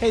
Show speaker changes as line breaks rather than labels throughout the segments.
Hey,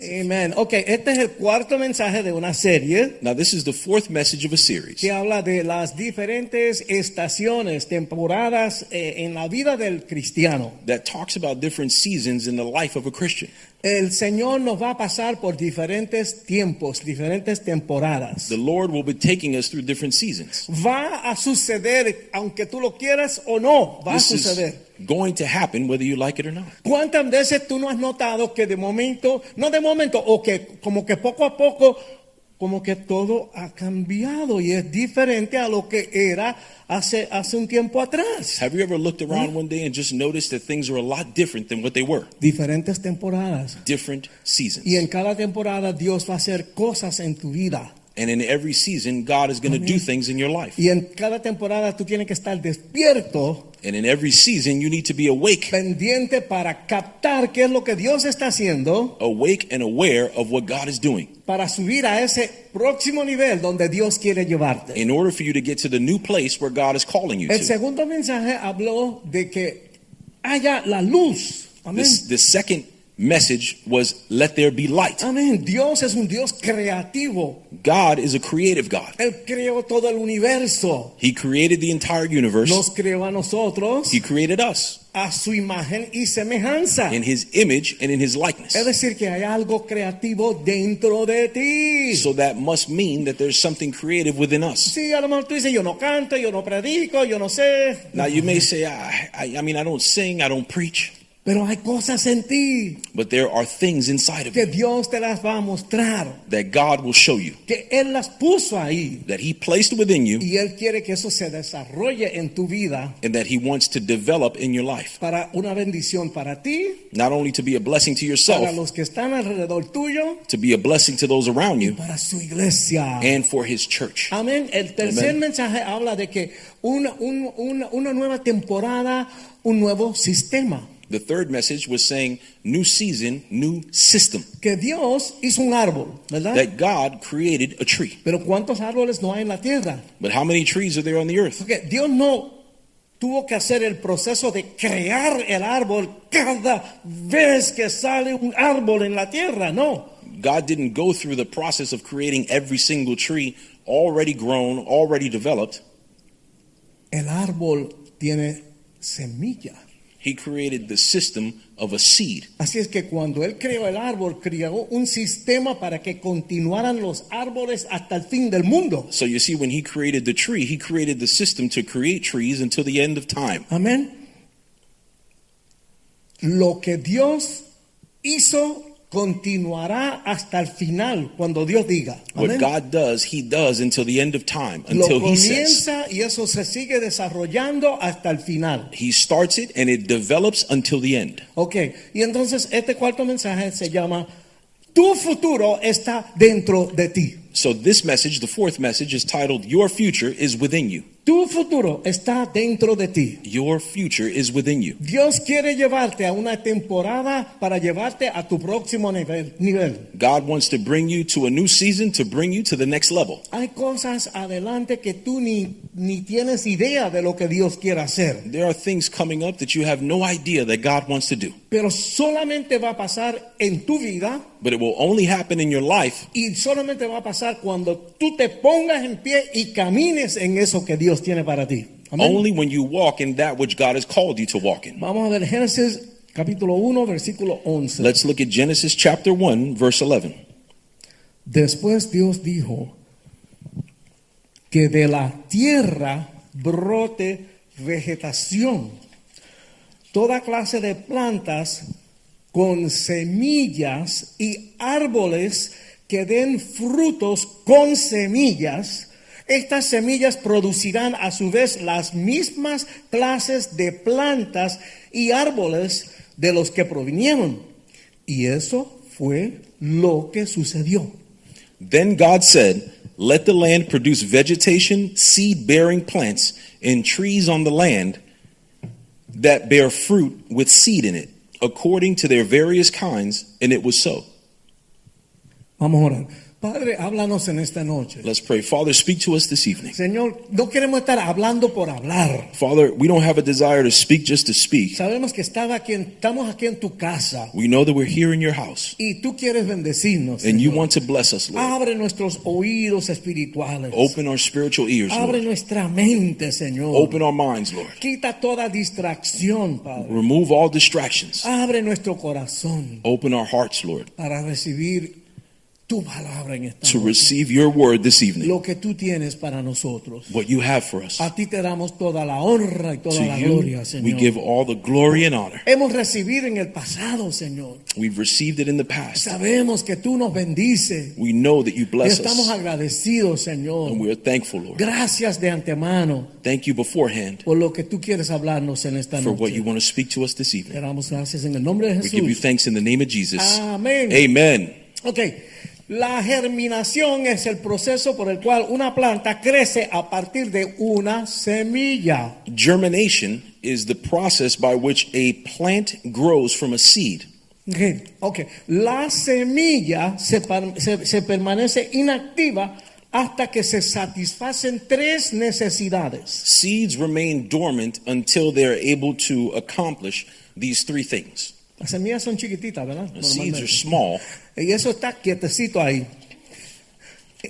Amen. Ok, este es el cuarto mensaje de una serie
Now, this is the fourth message of a series
que habla de las diferentes estaciones, temporadas eh, en la vida del cristiano.
that talks about different seasons in the life of a Christian.
El Señor nos va a pasar por diferentes tiempos, diferentes temporadas.
The Lord will be taking us through different seasons.
Va a suceder, aunque tú lo quieras o no, va a
This
suceder.
is going to happen whether you like it or not.
¿Cuántas veces tú no has notado que de momento, no de momento, o que como que poco a poco, como que todo ha cambiado y es diferente a lo que era hace, hace un tiempo atrás?
Have you ever looked around one day and just noticed that things are a lot different than what they were?
Diferentes temporadas.
Different seasons.
Y en cada temporada Dios va a hacer cosas en tu vida.
And in every season, God is going to do things in your life.
Y en cada temporada tú tienes que estar despierto,
And in every season, you need to be awake,
pendiente para captar qué es lo que Dios está haciendo
awake and aware of what God is doing
para subir a ese próximo nivel donde Dios quiere llevarte.
in order for you to get to the new place where God is calling you
El
to.
segundo mensaje habló de que haya la luz. Amén.
This, the second message was, Let there be light.
Amén. Dios es un Dios creativo.
God is a creative God.
Él creó todo el universo.
He created the entire universe.
Nos creó a nosotros
He created us
a su imagen y semejanza.
in his image and in his likeness.
Es decir, que hay algo creativo dentro de ti.
So that must mean that there's something creative within us.
sí, a lo mejor tú dices, yo no canto, yo no predico, yo no sé.
Now you may say, I, I, I mean, I don't sing, I don't preach,
Pero hay cosas en ti
but there are things inside of
que
you
Dios te las va a mostrar.
that God will show you,
Que Él las puso ahí.
that he placed within you,
Y Él quiere que eso se desarrolle en tu vida
and that he wants to develop in your life.
para una bendición para ti,
Not only to be a blessing to
para
yourself,
los que están alrededor tuyo,
to be a blessing to those around you,
para su iglesia.
and for his church.
Amén. El tercer
Eh. Amén.
mensaje habla de que una, un- una- una nueva temporada, un nuevo sistema.
The third message was saying, New season, new system.
Que Dios hizo un árbol, ¿verdad?
That God created a tree.
Pero ¿cuántos árboles no hay en la tierra?
But how many trees are there on the earth?
Porque Dios no tuvo que hacer el proceso de crear el árbol cada vez que sale un árbol en la tierra, no.
God didn't go through the process of creating every single tree already grown, already developed.
El árbol tiene semilla.
He created the system of a seed.
Así es que cuando él creó el árbol, creó un sistema para que continuaran los árboles hasta el fin del mundo.
So you see, when he created the tree, he created the system to create trees until the end of time.
Amén. Lo que Dios hizo continuará hasta el final, cuando Dios diga.
What
Amén.
God does, he does until the end of time,
Lo
until he says.
comienza y eso se sigue desarrollando hasta el final.
He starts it and it develops until the end.
Ok, y entonces este cuarto mensaje se llama, tu futuro está dentro de ti.
So this message, the fourth message, is titled Your Future is Within You.
Tu futuro está dentro de ti.
Your future is within you.
Dios quiere llevarte a una temporada para llevarte a tu próximo nivel. nivel.
God wants to bring you to a new season to bring you to the next level.
Hay cosas adelante que tú ni, ni tienes idea de lo que Dios quiere hacer,
There are things coming up that you have no idea that God wants to do,
pero solamente va a pasar en tu vida
but it will only happen in your life
y solamente va a pasar cuando tú te pongas en pie y camines en eso que Dios tiene para ti. Amén.
only when you walk in that which God has called you to walk in.
Vamos a ver Génesis capítulo 1 versículo 11.
Let's look at Genesis chapter 1, verse 11.
Después Dios dijo que de la tierra brote vegetación, toda clase de plantas con semillas y árboles que den frutos con semillas. Estas semillas producirán a su vez las mismas clases de plantas y árboles de los que provinieron. Y eso fue lo que sucedió.
Then God said, Let the land produce vegetation, seed bearing plants, and trees on the land that bear fruit with seed in it, according to their various kinds. And it was so.
Vamos a orar. Padre, háblanos en esta noche.
Let's pray. Father, speak to us this evening.
Señor, no queremos estar hablando por hablar.
Father, we don't have a desire to speak just to speak.
Sabemos que estaba aquí, en- estamos aquí en tu casa
We know that we're here in your house
y tú quieres bendecirnos.
and you
Señor.
want to bless us, Lord.
Abre nuestros oídos espirituales.
Open our spiritual ears,
Abre
Lord.
nuestra mente, Señor.
Open our minds, Lord.
Quita toda distracción, Padre.
Remove all distractions.
Abre nuestro corazón
Open our hearts, Lord,
para recibir tu palabra en esta
to
noche.
receive your word this evening,
Lo que tú tienes para nosotros.
what you have for us.
A ti te damos toda la honra y toda
To
la
you,
gloria, Señor.
we give all the glory and honor.
Hemos recibido en el pasado, Señor.
We've received it in the past.
Sabemos que tú nos bendices.
We know that you
Y
bless
estamos
us,
agradecidos,
and
Señor.
we are thankful, Lord.
Gracias de antemano
Thank you beforehand
por lo que tú quieres hablarnos en esta
for what you
noche.
want to speak to us this
Te
evening.
damos gracias en el nombre de
We give you
Jesús.
thanks in the name of Jesus.
Amén.
Amen.
Ok. La germinación es el proceso por el cual una planta crece a partir de una semilla.
Germination is the process by which a plant grows from a seed.
Ok. Ok. La semilla se, par- se- se permanece inactiva hasta que se satisfacen tres necesidades.
Seeds remain dormant until they are able to accomplish these three things.
Las semillas son chiquititas, ¿verdad?
The seeds are
Normalmente.
small,
Y eso está quietecito ahí.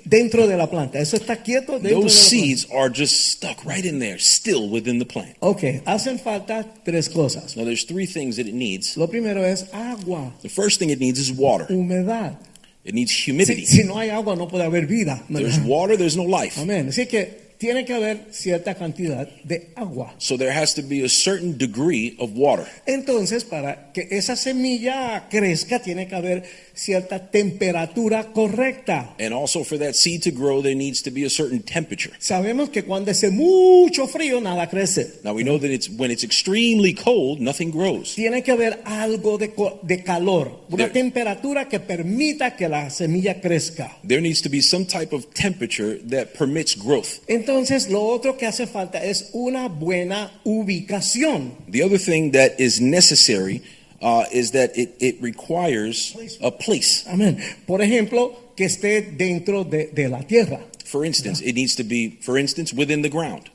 Dentro de la planta. Eso está quieto dentro
those
de la planta.
seeds are just stuck right in there, still within the plant.
Ok. Hacen falta tres cosas.
Now, there's three things that it needs.
Lo primero es agua,
The first thing it needs is water,
humedad.
it needs
Si,
humidity.
si no hay agua, no puede haber vida. ¿verdad?
There's water, there's no life.
Amén. Así que tiene que haber cierta cantidad de agua.
So there has to be a certain degree of water.
Entonces, para que esa semilla crezca, tiene que haber cierta temperatura correcta.
And also, for that seed to grow, there needs to be a certain temperature.
Sabemos que cuando hace mucho frío, nada crece.
Now, we know that it's when it's extremely cold, nothing grows.
Tiene que haber algo de, co- de calor, una
There-
temperatura que permita que la semilla crezca.
There needs to be some type of temperature that permits growth.
Entonces, lo otro que hace falta es una buena ubicación.
The other thing that is necessary uh, is that it, it requires a place.
Amén. Por ejemplo, que esté dentro de, de la tierra.
For instance, it needs to be, for instance, within the ground.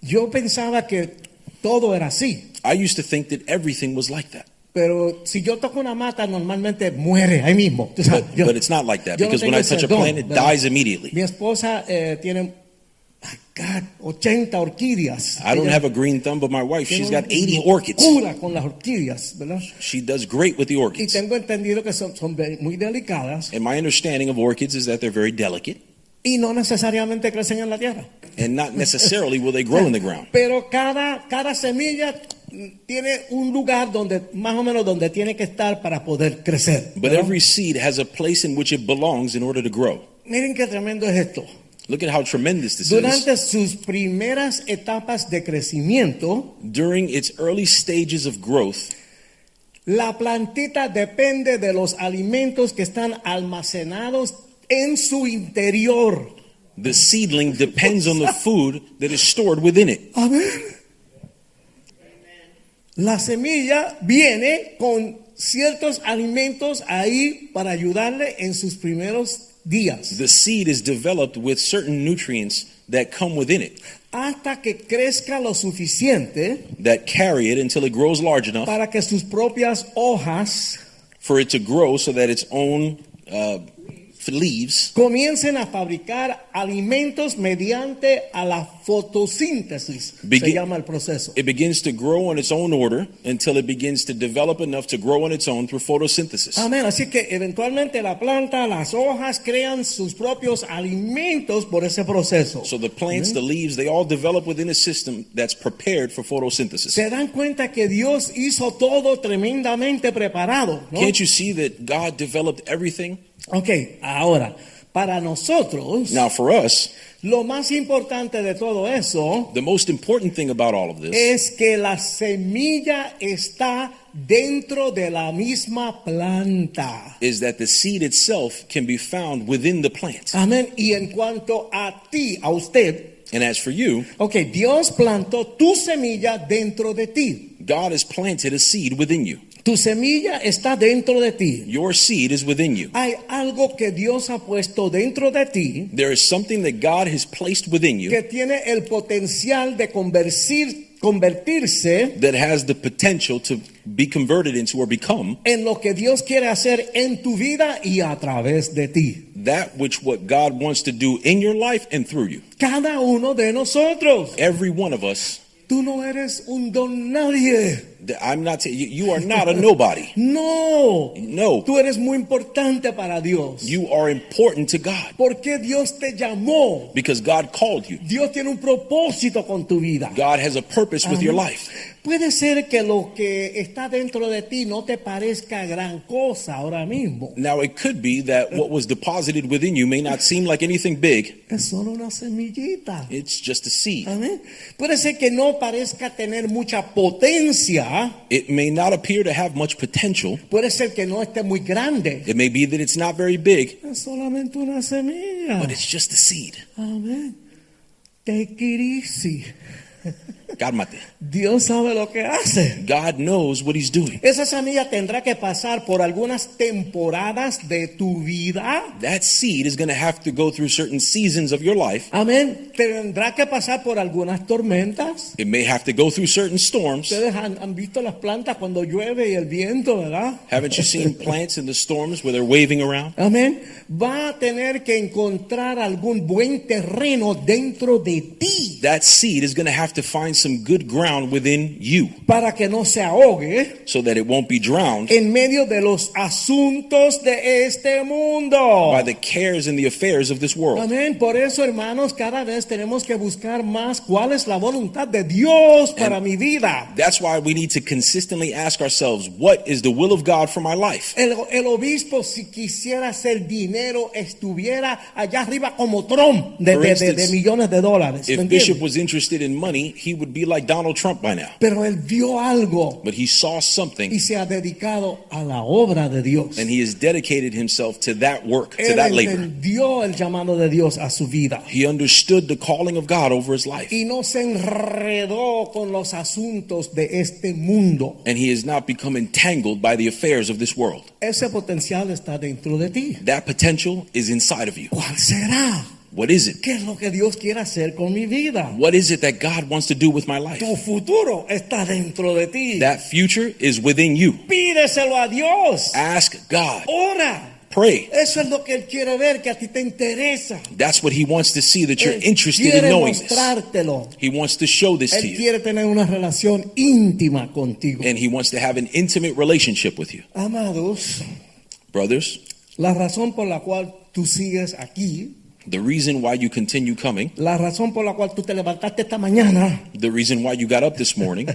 Yo pensaba que todo era así,
I used to think that everything was like that.
pero si yo toco una mata normalmente muere ahí mismo. Tú sabes,
But,
yo-
but it's not like that
yo no
because when
tengo
I
ese
touch a
don,
plant, it
¿verdad?
dies immediately.
Mi esposa eh, tiene my God, 80 orquídeas.
I don't
Ella
have a green thumb, but my wife,
tiene
she's
una
got 80 orchids.
locura con las orquídeas, ¿verdad?
She does great with the
Y
orchids.
tengo entendido que son, son ve- muy delicadas
And my understanding of orchids is that they're very delicate
y no necesariamente crecen en la tierra.
and not necessarily will they grow in the ground.
Pero cada, cada semilla tiene un lugar donde, más o menos donde tiene que estar para poder crecer.
But
¿verdad?
every seed has a place in which it belongs in order to grow.
Miren qué tremendo es esto.
Look at how tremendous this is.
Durante sus primeras etapas de crecimiento,
During its early stages of growth,
la plantita depende de los alimentos que están almacenados en su interior.
the seedling depends on the food that is stored within it.
A ver. La semilla viene con ciertos alimentos ahí para ayudarle en sus primeros días.
The seed is developed with certain nutrients that come within it
Hasta que crezca lo suficiente
that carry it until it grows large enough
para que sus propias hojas
for it to grow so that its own uh, leaves
comiencen a fabricar alimentos mediante a la fotosíntesis. se
Begin-
llama el proceso.
It begins to grow on its own order until it begins to develop enough to grow on its own through photosynthesis.
Amén. Así que eventualmente la planta, las hojas crean sus propios alimentos por ese proceso.
So the plants, the leaves, they all develop within a system that's prepared for photosynthesis.
Se dan cuenta que Dios hizo todo tremendamente preparado. ¿no?
Can't you see that God developed everything?
Ok, ahora, para nosotros,
Now, for us,
lo más importante de todo eso
the most important thing about all of this
es que la semilla está dentro de la misma planta.
is that the seed itself can be found within the plant.
Amén. Y en cuanto a ti, a usted,
And as for you,
ok, Dios plantó tu semilla dentro de ti.
God has planted a seed within you.
Tu semilla está dentro de ti.
Your seed is within you.
Hay algo que Dios ha puesto dentro de ti
There is something that God has placed within you
que tiene el potencial de conversir- convertirse
that has the potential to be converted into or become
en lo que Dios quiere hacer en tu vida y a través de ti.
that which what God wants to do in your life and through you.
Cada uno de nosotros.
Every one of us,
Tú no eres un don nadie.
th- I'm not saying you, you are not a nobody.
No.
No.
Tú eres muy importante para Dios.
You are important to God
¿Por qué Dios te llamó?
because God called you.
Dios tiene un propósito con tu vida.
God has a purpose with your
Amén.
life.
Puede ser que lo que está dentro de ti no te parezca gran cosa ahora mismo.
Now, it could be that what was deposited within you may not seem like anything big.
Es solo una semillita.
It's just a seed.
Amén. Puede ser que no parezca tener mucha potencia.
It may not appear to have much potential.
Puede ser que no esté muy grande.
It may be that it's not very big,
Es solamente una semilla.
but it's just a seed.
Amén. Take it easy.
God, mate.
Dios sabe lo que hace.
God knows what he's doing.
Esa semilla tendrá que pasar por algunas temporadas de tu vida.
That seed is going to have to go through certain seasons of your life.
Amén. Tendrá que pasar por algunas tormentas.
It may have to go through certain storms.
Ustedes han, han visto las plantas cuando llueve y el viento, ¿verdad?
Haven't you seen plants in the storms where they're waving around?
Amén. Va a tener que encontrar algún buen terreno dentro de ti
That seed is going to have to find some good ground within you
para que no se ahogue
so that it won't be drowned
en medio de los asuntos de este mundo.
by the cares and the affairs of this world.
Amén. Por eso, hermanos, cada vez tenemos que buscar más cuál es la voluntad de Dios
Em.
para mi vida.
That's why we need to consistently ask ourselves, what is the will of God for my life?
El, el obispo, si quisiera hacer dinero, estuviera allá arriba como Trump de,
For
de- de-
instance,
de millones de dólares. ¿me
If
entiendes?
Bishop was interested in money, he would be like Donald Trump by now.
Pero él vio algo
But he saw
y
something
se ha dedicado a la obra de Dios.
and he has dedicated himself to that work, to
él
that labor.
entendió el llamado de Dios a su vida.
He understood the calling of God over his life.
Y no se enredó con los asuntos de este mundo.
And he has not become entangled by the affairs of this world.
Ese potencial está dentro de ti.
That potential is inside of you.
¿Cuál será?
What is it?
¿Qué es lo que Dios quiere hacer con mi vida?
What is it that God wants to do with my life?
Tu futuro está dentro de ti.
That future is within you.
Pídeselo a Dios.
Ask God.
Ora.
Pray.
Eso es lo que Él quiere ver, que a ti te interesa.
That's what he wants to see that you're
Él
interested in
quiere
knowing this.
mostrártelo.
He wants to show this to
Él
you.
quiere tener una relación íntima contigo.
And he wants to have an intimate relationship with you.
Amados,
Brothers,
la razón por la cual tú sigues aquí,
the reason why you continue coming,
la razón por la cual tú te levantaste esta mañana,
the reason why you got up this morning,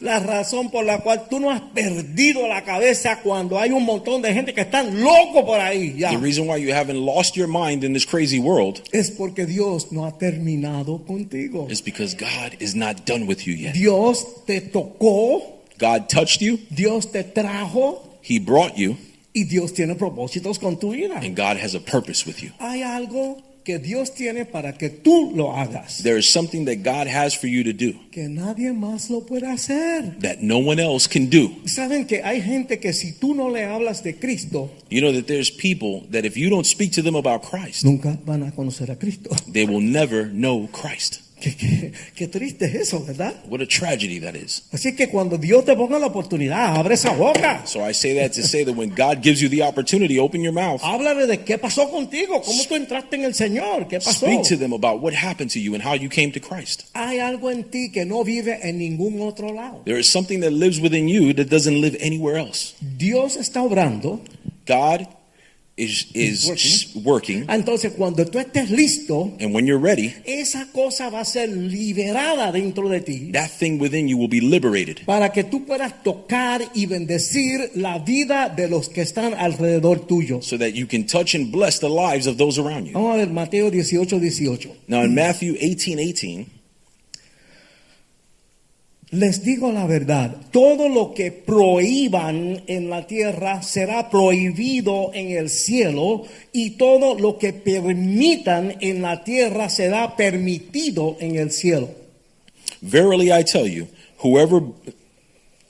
la razón por la cual tú no has perdido la cabeza cuando hay un montón de gente que están loco por ahí. Ya.
the reason why you haven't lost your mind in this crazy world
Es porque Dios no ha terminado contigo.
is because God is not done with you yet.
Dios te tocó,
God touched you,
Dios te trajo
he brought you,
y Dios tiene propósitos con tu vida.
and God has a purpose with you.
Hay algo que Dios tiene para que tú lo hagas,
There is something that God has for you to do
que nadie más lo puede hacer.
that no one else can do.
Saben que hay gente que si tú no le hablas de Cristo,
You know that there's people that if you don't speak to them about Christ,
nunca van a conocer a Cristo.
they will never know Christ.
Qué, qué- qué triste es eso, ¿verdad?
What a tragedy that is.
Así que cuando Dios te ponga la oportunidad, abre esa boca.
So I say that to say that when God gives you the opportunity, open your mouth.
Háblale de qué pasó contigo, cómo tú entraste en el Señor, qué pasó.
Speak to them about what happened to you and how you came to Christ.
Hay algo en ti que no vive en ningún otro lado.
There is something that lives within you that doesn't live anywhere else.
Dios está obrando.
God is is
working.
s- working,
Ah, Entonces, cuando tú estés listo,
and when you're ready,
esa cosa va a ser liberada dentro de ti
that thing within you will be liberated
para que tú puedas tocar y bendecir la vida de los que están alrededor tuyo.
so that you can touch and bless the lives of those around you.
Vamos a ver Mateo 18, 18.
Now in Matthew 18:18,
Les digo la verdad, todo lo que prohíban en la tierra será prohibido en el cielo y todo lo que permitan en la tierra será permitido en el cielo.
Verily I tell you, whoever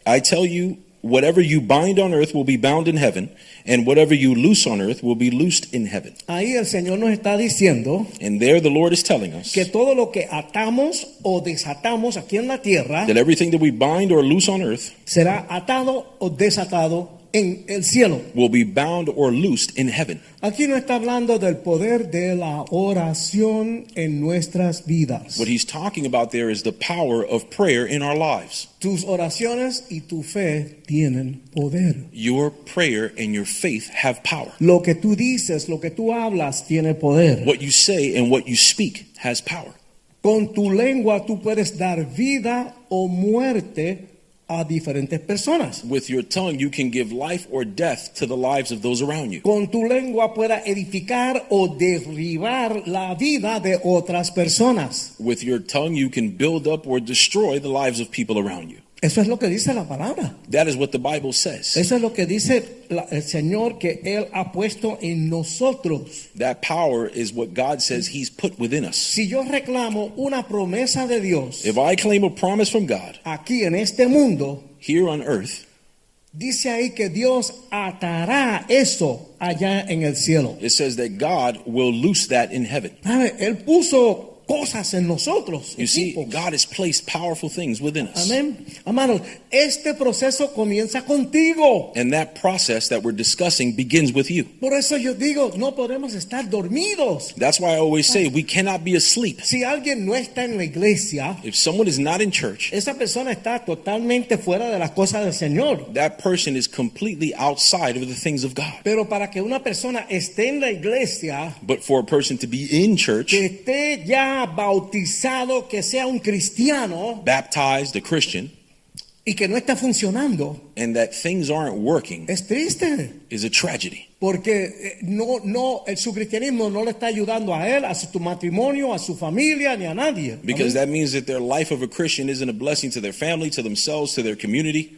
I tell you, whatever you bind on earth will be bound in heaven, and whatever you loose on earth will be loosed in heaven.
Ahí el Señor nos está diciendo
And there the Lord is telling us
que todo lo que atamos o desatamos aquí en la tierra
that everything that we bind or loose on earth
será atado o desatado en el cielo.
will be bound or loosed in heaven.
Aquí no está hablando del poder de la oración en nuestras vidas.
What he's talking about there is the power of prayer in our lives.
Tus oraciones y tu fe tienen poder.
Your prayer and your faith have power.
Lo que tú dices, lo que tú hablas tiene poder.
What you say and what you speak has power.
Con tu lengua tú puedes dar vida o muerte a diferentes personas.
With your tongue, you can give life or death to the lives of those around you.
Con tu lengua pueda edificar o derribar la vida de otras personas.
With your tongue, you can build up or destroy the lives of people around you.
Eso es lo que dice la palabra.
That is what the Bible says.
Eso es lo que dice la- el Señor que Él ha puesto en nosotros.
That power is what God says He's put within us.
Si yo reclamo una promesa de Dios
If I claim a promise from God
aquí en este mundo,
here on earth,
dice ahí que Dios atará eso allá en el cielo.
it says that God will loose that in heaven.
¿Sabe? Él puso cosas en nosotros.
You see,
equipos.
God has placed powerful things within us.
Amén. Amados, este proceso comienza contigo.
And that process that we're discussing begins with you.
Por eso yo digo, no podemos estar dormidos.
That's why I always say we cannot be asleep.
Si alguien no está en la iglesia,
If someone is not in church,
esa persona está totalmente fuera de las cosas del Señor.
that person is completely outside of the things of God.
Pero para que una persona esté en la iglesia,
But for a person to be in church,
que esté ya bautizado, que sea un cristiano
baptized, a Christian,
y que no está funcionando,
and that things aren't working
es triste.
is a tragedy.
Porque eh, no, no, el, su cristianismo no le está ayudando a él, a su tu matrimonio, a su familia, ni a nadie. Amén.
Because that means that their life of a Christian isn't a blessing to their family, to themselves, to their community.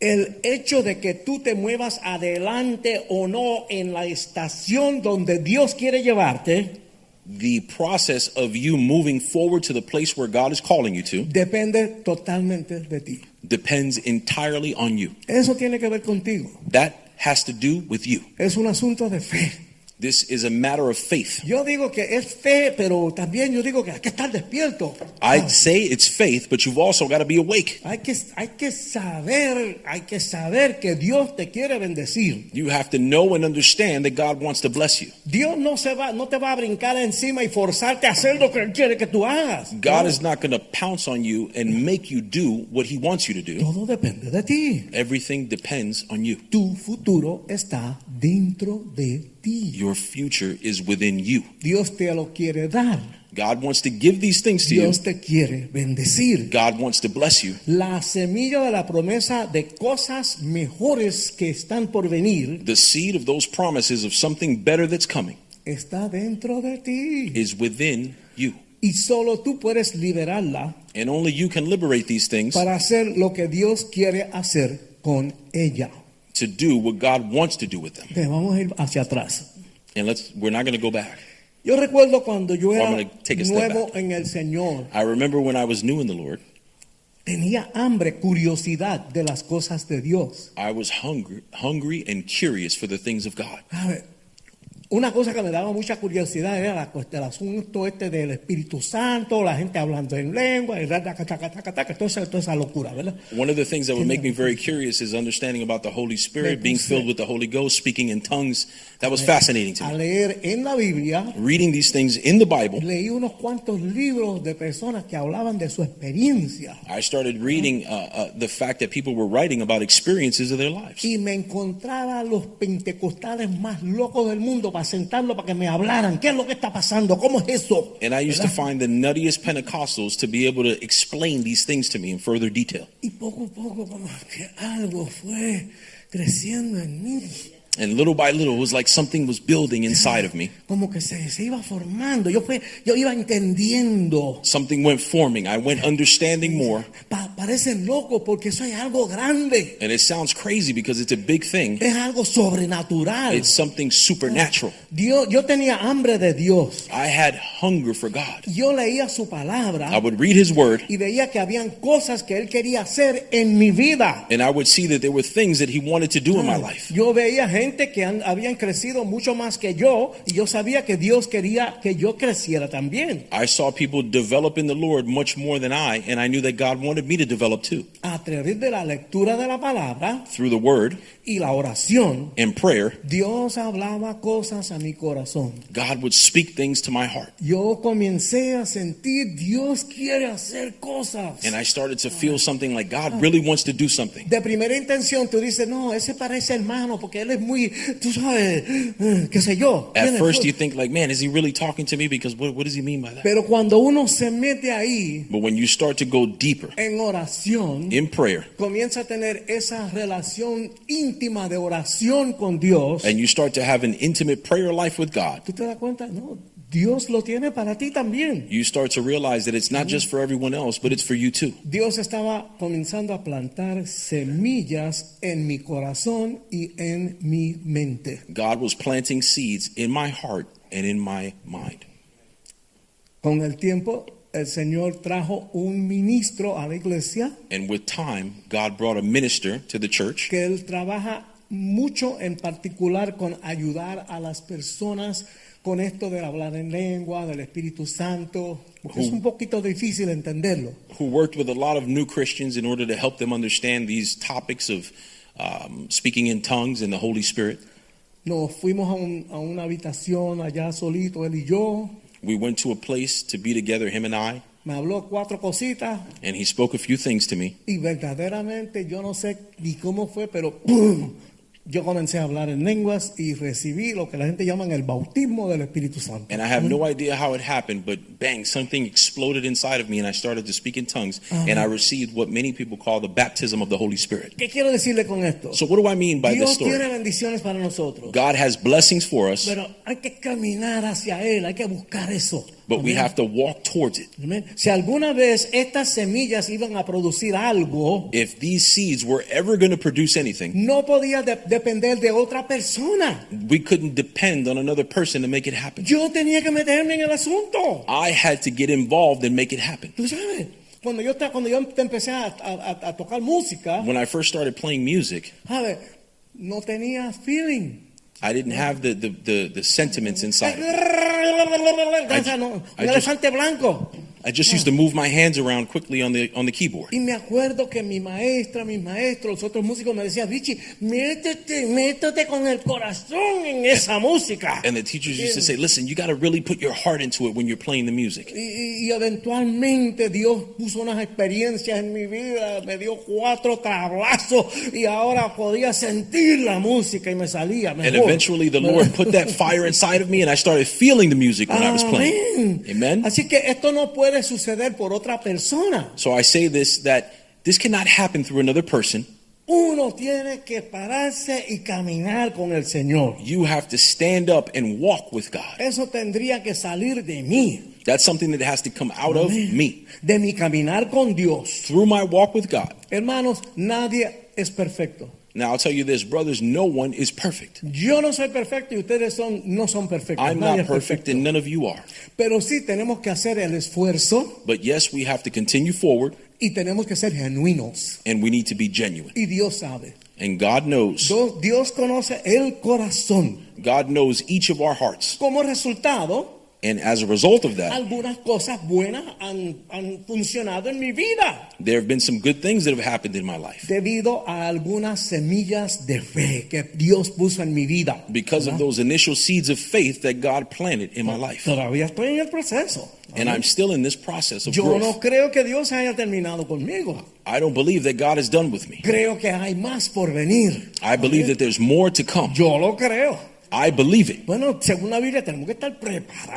El hecho de que tú te muevas adelante o no en la estación donde Dios quiere llevarte,
The process of you moving forward to the place where God is calling you to
depende totalmente de ti.
depends entirely on you.
Eso tiene que ver contigo.
That has to do with you.
Es un asunto de fe.
This is a matter of faith.
Yo digo que es fe, pero también yo digo que hay que estar despierto.
I
Oh.
say it's faith, but you've also got to be awake.
Hay que, hay que saber, hay que saber que Dios te quiere bendecir.
You have to know and understand that God wants to bless you.
Dios no se va, no te va a brincar encima y forzarte a hacer lo que Él quiere que tú hagas.
God
No.
is not going to pounce on you and make you do what He wants you to do.
Todo depende de ti.
Everything depends on you.
Tu futuro está dentro de ti.
Your future is within you.
Dios te lo quiere dar.
God wants to give these things to you.
Dios te quiere bendecir.
God wants to bless you.
La semilla de la promesa de cosas mejores que están por venir
The seed of those promises of something better that's coming
está dentro de ti.
is within you.
Y solo tú puedes liberarla
And only you can liberate these things
para hacer lo que Dios quiere hacer con ella.
to do what God wants to do with them.
Te vamos a ir hacia atrás.
And let's we're not going to go back.
Yo recuerdo cuando yo
Well,
era
I'm gonna take a step
nuevo
back.
en el Señor,
I remember when I was new in the Lord,
tenía hambre, curiosidad de las cosas de Dios.
I was hungry, hungry and curious for the things of God.
¿Sabe? Una cosa que me daba mucha curiosidad era la cuest- el asunto este del Espíritu Santo, la gente hablando en lengua, y ra- taca, taca, taca, taca, toda esa- toda esa locura, ¿verdad?
One of the things that would make me very curious is understanding about the Holy Spirit, being filled with the Holy Ghost, speaking in tongues. That was fascinating to
A
me.
leer en la Biblia
Reading these things in the Bible,
Leí unos cuantos libros de personas que hablaban de su experiencia
I started reading uh, uh, the fact that people were writing about experiences of their lives.
y me encontraba a los pentecostales más locos del mundo para sentarlo para que me hablaran. ¿Qué es lo que está pasando? ¿Cómo es eso?
And I used to find the nuttiest Pentecostals to be able to explain these things to me in further detail.
Y poco a poco como que algo fue creciendo en mí.
And little by little, it was like something was building inside of me.
Como que se, se iba formando. Yo, fue, yo iba entendiendo.
Something went forming. I went understanding more.
Pa- parece loco porque eso es algo grande.
And it sounds crazy because it's a big thing.
Es algo sobrenatural.
It's something supernatural.
Dios, yo tenía hambre de Dios.
I had hunger for God.
Yo leía su
I
palabra
would read His Word,
y veía que habían cosas que él quería hacer en mi vida.
and I would see that there were things that He wanted to do in my life.
Yo veía gente que han- habían crecido mucho más que yo y yo sabía que Dios quería que yo creciera también.
I saw people develop in the Lord much more than I, and I knew that God wanted me to develop too.
A través de la lectura de la palabra
Through the Word
y la oración,
and prayer,
Dios hablaba cosas a mi corazón.
God would speak things to my heart.
Yo comencé a sentir Dios quiere hacer cosas.
And I started to feel something like God really wants to do something.
De primera intención tú dices, no, ese parece hermano porque él es muy, tú sabes, eh, qué sé yo.
At
Tiene
first,
fruit.
you think, like, man, is he really talking to me? Because what, what does he mean by that?
Pero cuando uno se mete ahí
But when you start to go deeper
en oración,
in prayer,
comienza a tener esa relación íntima de oración con Dios.
and you start to have an intimate prayer life with God,
¿Tú te das cuenta? No, Dios lo tiene para ti también.
you start to realize that it's not just for everyone else, but it's for you too.
Dios estaba comenzando a plantar semillas en mi corazón y en mi mente.
God was planting seeds in my heart and in my mind.
Con el tiempo, el Señor trajo un ministro a la iglesia
And with time, God brought a minister to the church
que él trabaja mucho en particular con ayudar a las personas con esto del hablar en lengua, del Espíritu Santo, porque es un poquito difícil entenderlo.
who worked with a lot of new Christians in order to help them understand these topics of um, speaking in tongues and the Holy Spirit.
Nos fuimos a, un- a una habitación allá solito, él y yo,
We went to a place to be together, him and I,
me habló cuatro cositas
and he spoke a few things to me.
y verdaderamente yo no sé ni cómo fue, pero ¡pum! yo comencé a hablar en lenguas y recibí lo que la gente llama el bautismo del Espíritu Santo.
And I have no idea how it happened, but bang, something exploded inside of me, and I started to speak in tongues,
Mm-hmm.
and I received what many people call the baptism of the Holy Spirit.
¿Qué quiero decirle con esto?
So, what do I mean by
Dios
this
tiene
story?
bendiciones para nosotros.
God has blessings for us,
Pero hay que caminar hacia Él, hay que buscar eso.
but we
Amén.
have to walk towards it.
Amén. Si alguna vez estas semillas iban a producir algo,
If these seeds were ever going to produce anything,
no podía de- depender de otra persona.
we couldn't depend on another person to make it happen.
Yo tenía que meterme en el asunto.
I had to get involved and make it happen.
Tú sabes, cuando yo, ta- cuando yo te empecé a, a- a- a tocar música,
When I first started playing music,
¿sabes? No tenía feeling.
I didn't have the, the, the, the sentiments inside. of me.
O sea, no,
I
un
just-
elefante blanco.
I just used to move my hands around quickly on the on the keyboard.
Y me acuerdo que mi maestra, mis maestros, los otros músicos me decían, Vichy, métete, métete con el corazón en esa música.
And the teachers used to say, listen, you got to really put your heart into it when you're playing the music.
Y, y- y eventualmente Dios puso unas experiencias en mi vida, me dio cuatro tablazos y ahora podía sentir la música y me salía
And
mejor.
eventually the Lord put that fire inside of me and I started feeling the music when I
Oh,
was
Amén.
playing. Amen.
Así que esto no puede suceder por otra persona.
So I say this that this cannot happen through another person.
Uno tiene que pararse y caminar con el Señor.
You have to stand up and walk with God.
Eso tendría que salir de mí.
That's something that has to come out of me.
de mi caminar con Dios.
Through my walk with God.
Hermanos, nadie es perfecto.
Now I'll tell you this, brothers, no one is perfect.
Yo no soy perfecto y ustedes son, no son perfectos.
I'm
Nadie
not
es
perfect
perfecto.
and none of you are.
Pero sí tenemos que hacer el esfuerzo
But yes, we have to continue forward
y tenemos que ser genuinos.
and we need to be genuine.
Y Dios sabe.
And God knows.
Dios, Dios conoce el corazón.
God knows each of our hearts.
Como resultado,
And as a result of that,
algunas cosas buenas han, han funcionado en mi vida
there have been some good things that have happened in my life.
debido a algunas semillas de fe que Dios puso en mi vida.
Because of those initial seeds of faith that God planted in my life.
Todavía estoy en el proceso.
And I'm still in this process of
Yo no
growth.
creo que Dios haya terminado conmigo.
I don't believe that God is done with me.
Creo que hay más por venir.
I believe that there's more to come.
Yo lo creo.
I believe it.
Bueno, según la Biblia tenemos que estar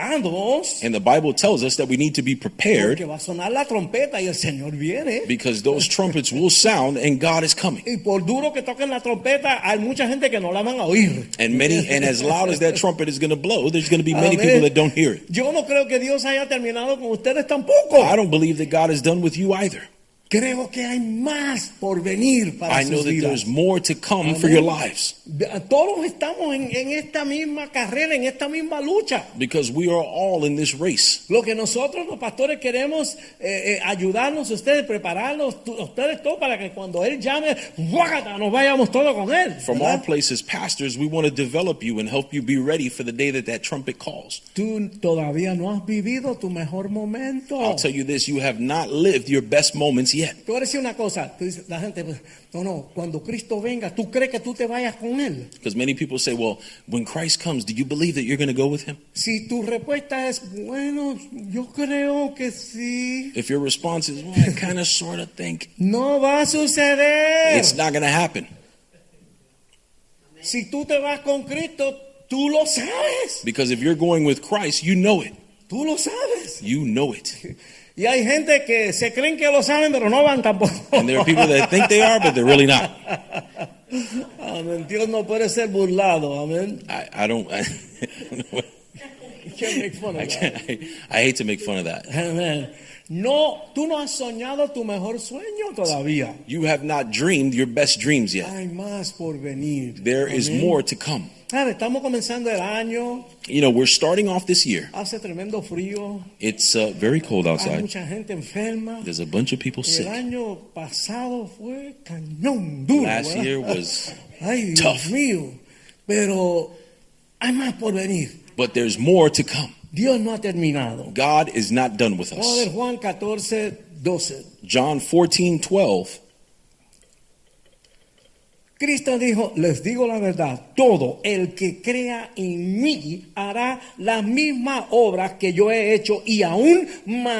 preparados.
And the Bible tells us that we need to be
Porque
prepared
va a sonar la trompeta y el Señor viene.
because those trumpets will sound and God is coming.
Y por duro que toquen la trompeta, hay mucha gente que no la van a oír.
And many and as loud as that trumpet is going to blow, there's going to be many people that don't hear it.
Yo no creo que Dios haya terminado con ustedes tampoco.
I don't believe that God is done with you either.
Creo que hay más por venir para
I
sus
know that
vidas.
there's more to come for your lives
De- Todos estamos en, en esta misma carrera, en esta misma lucha.
because we are all in this race.
Lo que nosotros los pastores queremos eh, eh, ayudarnos a ustedes, prepararlos tú- a ustedes todos para que cuando Él llame, ¡guácata! nos vayamos todos con Él.
From
¿verdad?
our place as pastors, we want to develop you and help you be ready for the day that that trumpet calls.
Tú todavía no has vivido tu mejor momento.
I'll tell you this, you have not lived your best moments yet.
Te voy a decir una cosa, tú dices, la gente, pues, no, no, cuando Cristo venga, ¿tú crees que tú te vayas con Él?
Because many people say, well, when Christ comes, do you believe that you're going to go with him?
Si tu respuesta es, bueno, yo creo que sí,
If your response is, well, I kind of sort of think
no va a suceder.
it's not going to happen
Si tú te vas con Cristo, tú lo sabes,
because if you're going with Christ, you know it.
tú lo sabes.
You know it.
Y hay gente que se creen que lo saben, pero no van tampoco.
And there are people that think they are, but they're really not.
Amén. Dios no puede ser burlado, amén.
I, I don't. I,
You can't make fun of
I,
that.
can't, I, hate to make fun of that.
Amén. No, tú no has soñado tu mejor sueño todavía.
You have not dreamed your best dreams yet.
Hay más por venir.
There is
Amén.
more to come.
Claro, estamos comenzando el año,
You know, we're starting off this year.
hace tremendo frío,
It's uh, very cold
hay
outside.
mucha gente enferma.
There's a bunch of people
El
sick.
año pasado fue cañón duro.
Last
¿verdad?
year was,
Ay, Dios
tough.
mío. Pero hay más por venir.
but there's more to come.
Dios no ha terminado.
God is not done with
Vamos a
us.
ver Juan 14, 12.
John 14, 12.
Cristo dijo, les digo la verdad, todo el que crea en mí hará las mismas obras que yo he hecho y aún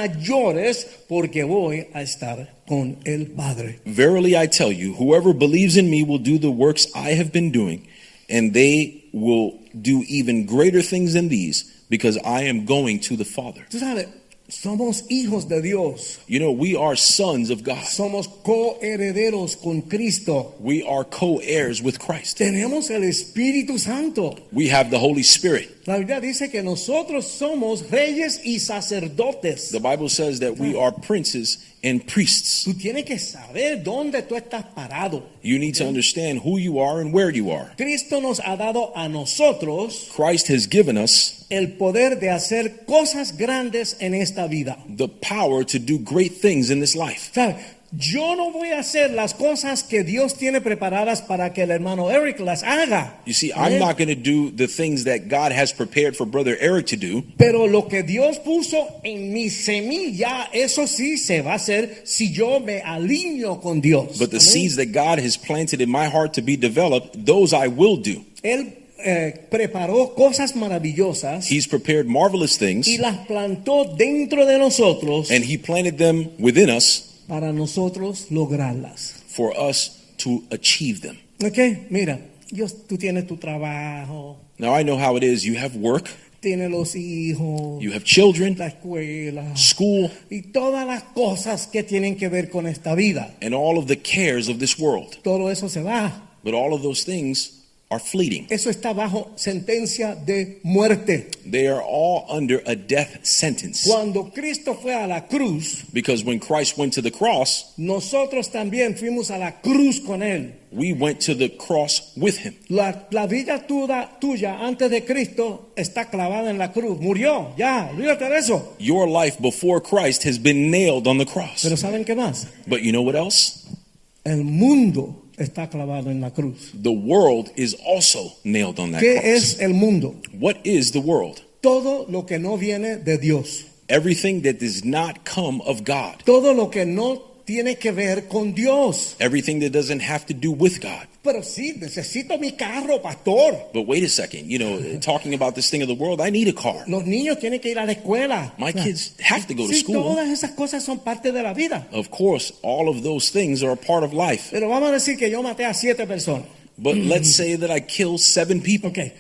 mayores porque voy a estar con el Padre.
Verily I tell you, whoever believes in me will do the works I have been doing, and they will do even greater things than these, because I am going to the Father.
Tú sabes, somos hijos de Dios,
You know, we are sons of God.
somos coherederos con Cristo,
We are co heirs with Christ.
tenemos el Espíritu Santo.
We have the Holy Spirit.
La Biblia dice que nosotros somos reyes y sacerdotes.
The Bible says that we are princes and priests.
Tú tienes que saber dónde tú estás parado.
You need to understand who you are and where you are.
Cristo nos ha dado a nosotros
Christ has given us
el poder de hacer cosas grandes en esta vida.
the power to do great things in this life.
¿Sabe? Yo no voy a hacer las cosas que Dios tiene preparadas para que el hermano Eric las haga.
You see,
¿Eh?
I'm not going to do the things that God has prepared for Brother Eric to do.
Pero lo que Dios puso en mi semilla, eso sí se va a hacer si yo me alineo con Dios.
But the
Amén.
seeds that God has planted in my heart to be developed, those I will do.
Él eh, preparó cosas maravillosas
He's prepared marvelous things,
y las plantó dentro de nosotros
and He planted them within us
para nosotros lograrlas.
for us to achieve them.
¿Ok? Mira, yo- tú tienes tu trabajo,
Now, I know how it is. You have work,
tienes los hijos,
you have children,
la escuela
school,
y todas las cosas que tienen que ver con esta vida.
and all of the cares of this world.
Todo eso se va.
But all of those things are fleeting.
Eso está bajo sentencia de muerte.
They are all under a death sentence.
Cuando Cristo fue a la cruz,
Because when Christ went to the cross,
nosotros también fuimos a la cruz con Él.
we went to the cross with Him.
La, la vida tuya, tuya antes de Cristo está clavada en la cruz. Murió, ya, olvídate de eso.
Your life before Christ has been nailed on the cross.
Pero ¿saben qué más?
But you know what else?
El mundo está clavado en la cruz.
The world is also nailed on that cross.
¿Qué es el mundo?
what is the world?
Todo lo que no viene de Dios.
Everything that does not come of God.
Todo lo que no tiene que ver con Dios.
Everything that doesn't have to do with God.
Pero sí, necesito mi carro, pastor.
But wait a second, you know, talking about this thing of the world, I need a car.
Los niños tienen que ir a la escuela.
My kids have to go to
Sí,
school.
todas esas cosas son parte de la vida.
Of course, all of those things are a part of life.
Pero vamos a decir que yo maté a siete personas.
But let's say that I kill seven people.
Ok.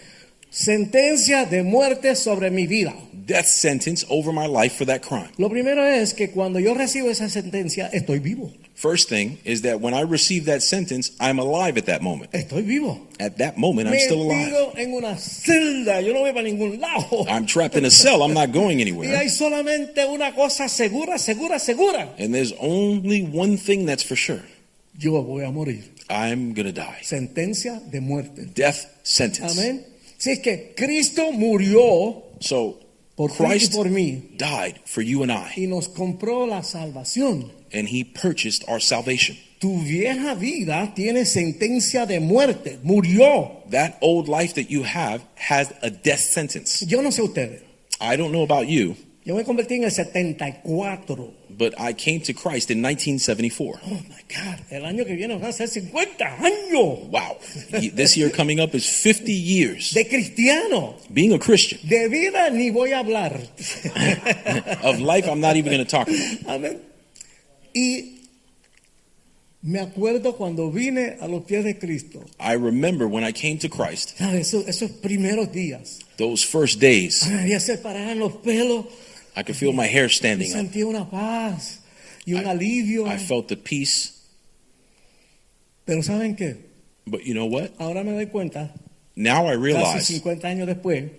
sentencia de muerte sobre mi vida.
Death sentence over my life for that crime.
Lo primero es que cuando yo recibo esa sentencia, estoy vivo.
First thing is that when I receive that sentence, I'm alive at that moment.
Estoy vivo.
At that moment, I'm still alive. Ah,
Metido en una celda, yo no voy para ningún lado.
I'm trapped in a cell. I'm not going
Y
anywhere.
hay solamente una cosa segura, segura, segura.
And there's only one thing that's for sure.
Yo voy a morir.
I'm going to die.
Sentencia de muerte.
Death sentence.
Amén. Si es que Cristo murió
So
por ti y
Christ
por mí
died for you and I,
y nos compró la salvación.
and he purchased our salvation.
Tu vieja vida tiene sentencia de muerte. Murió.
That old life that you have has a death sentence.
Yo no sé ustedes.
I don't know about you,
Yo me convertí en el 74.
but I came to Christ in 1974.
Oh my God. El año que viene van a ser 50 años
Wow. this year coming up is 50 years
de cristiano.
being a Christian.
De vida ni voy a hablar.
Of life, I'm not even going to talk about.
Amén. Y me acuerdo cuando vine a los pies de Cristo.
I remember when I came to Christ,
¿Sabes? Eso- esos primeros días.
those first days,
Ah, Ya se paraban los pelos.
I could feel my hair
Y
standing up.
sentía una paz y un
I-
alivio.
I felt the peace,
Pero ¿saben qué?
but you know what?
Ahora me doy cuenta,
Now I
casi
realize
50 años después,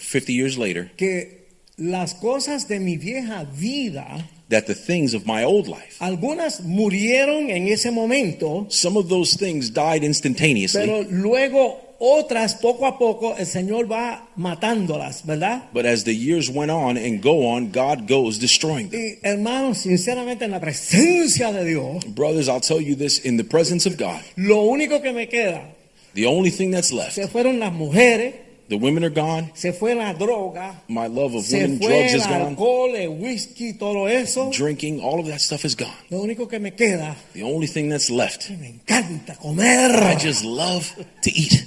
50 years later
que las cosas de mi vieja vida,
that the things of my old life,
algunas murieron en ese momento,
some of those things died instantaneously,
pero luego otras poco a poco el Señor va matándolas, ¿verdad?
but as the years went on and go on, God goes destroying them.
Y hermanos, sinceramente en la presencia de Dios,
Brothers, I'll tell you this in the presence of God,
lo único que me queda,
the only thing that's left,
se fueron las mujeres,
the women are gone,
se fue la droga,
my love of
se
women,
fue
drugs
el
is gone,
alcohol, el whisky, todo eso.
drinking, all of that stuff is gone.
Lo único que me queda,
The only thing that's left,
me encanta comer.
I just love to eat.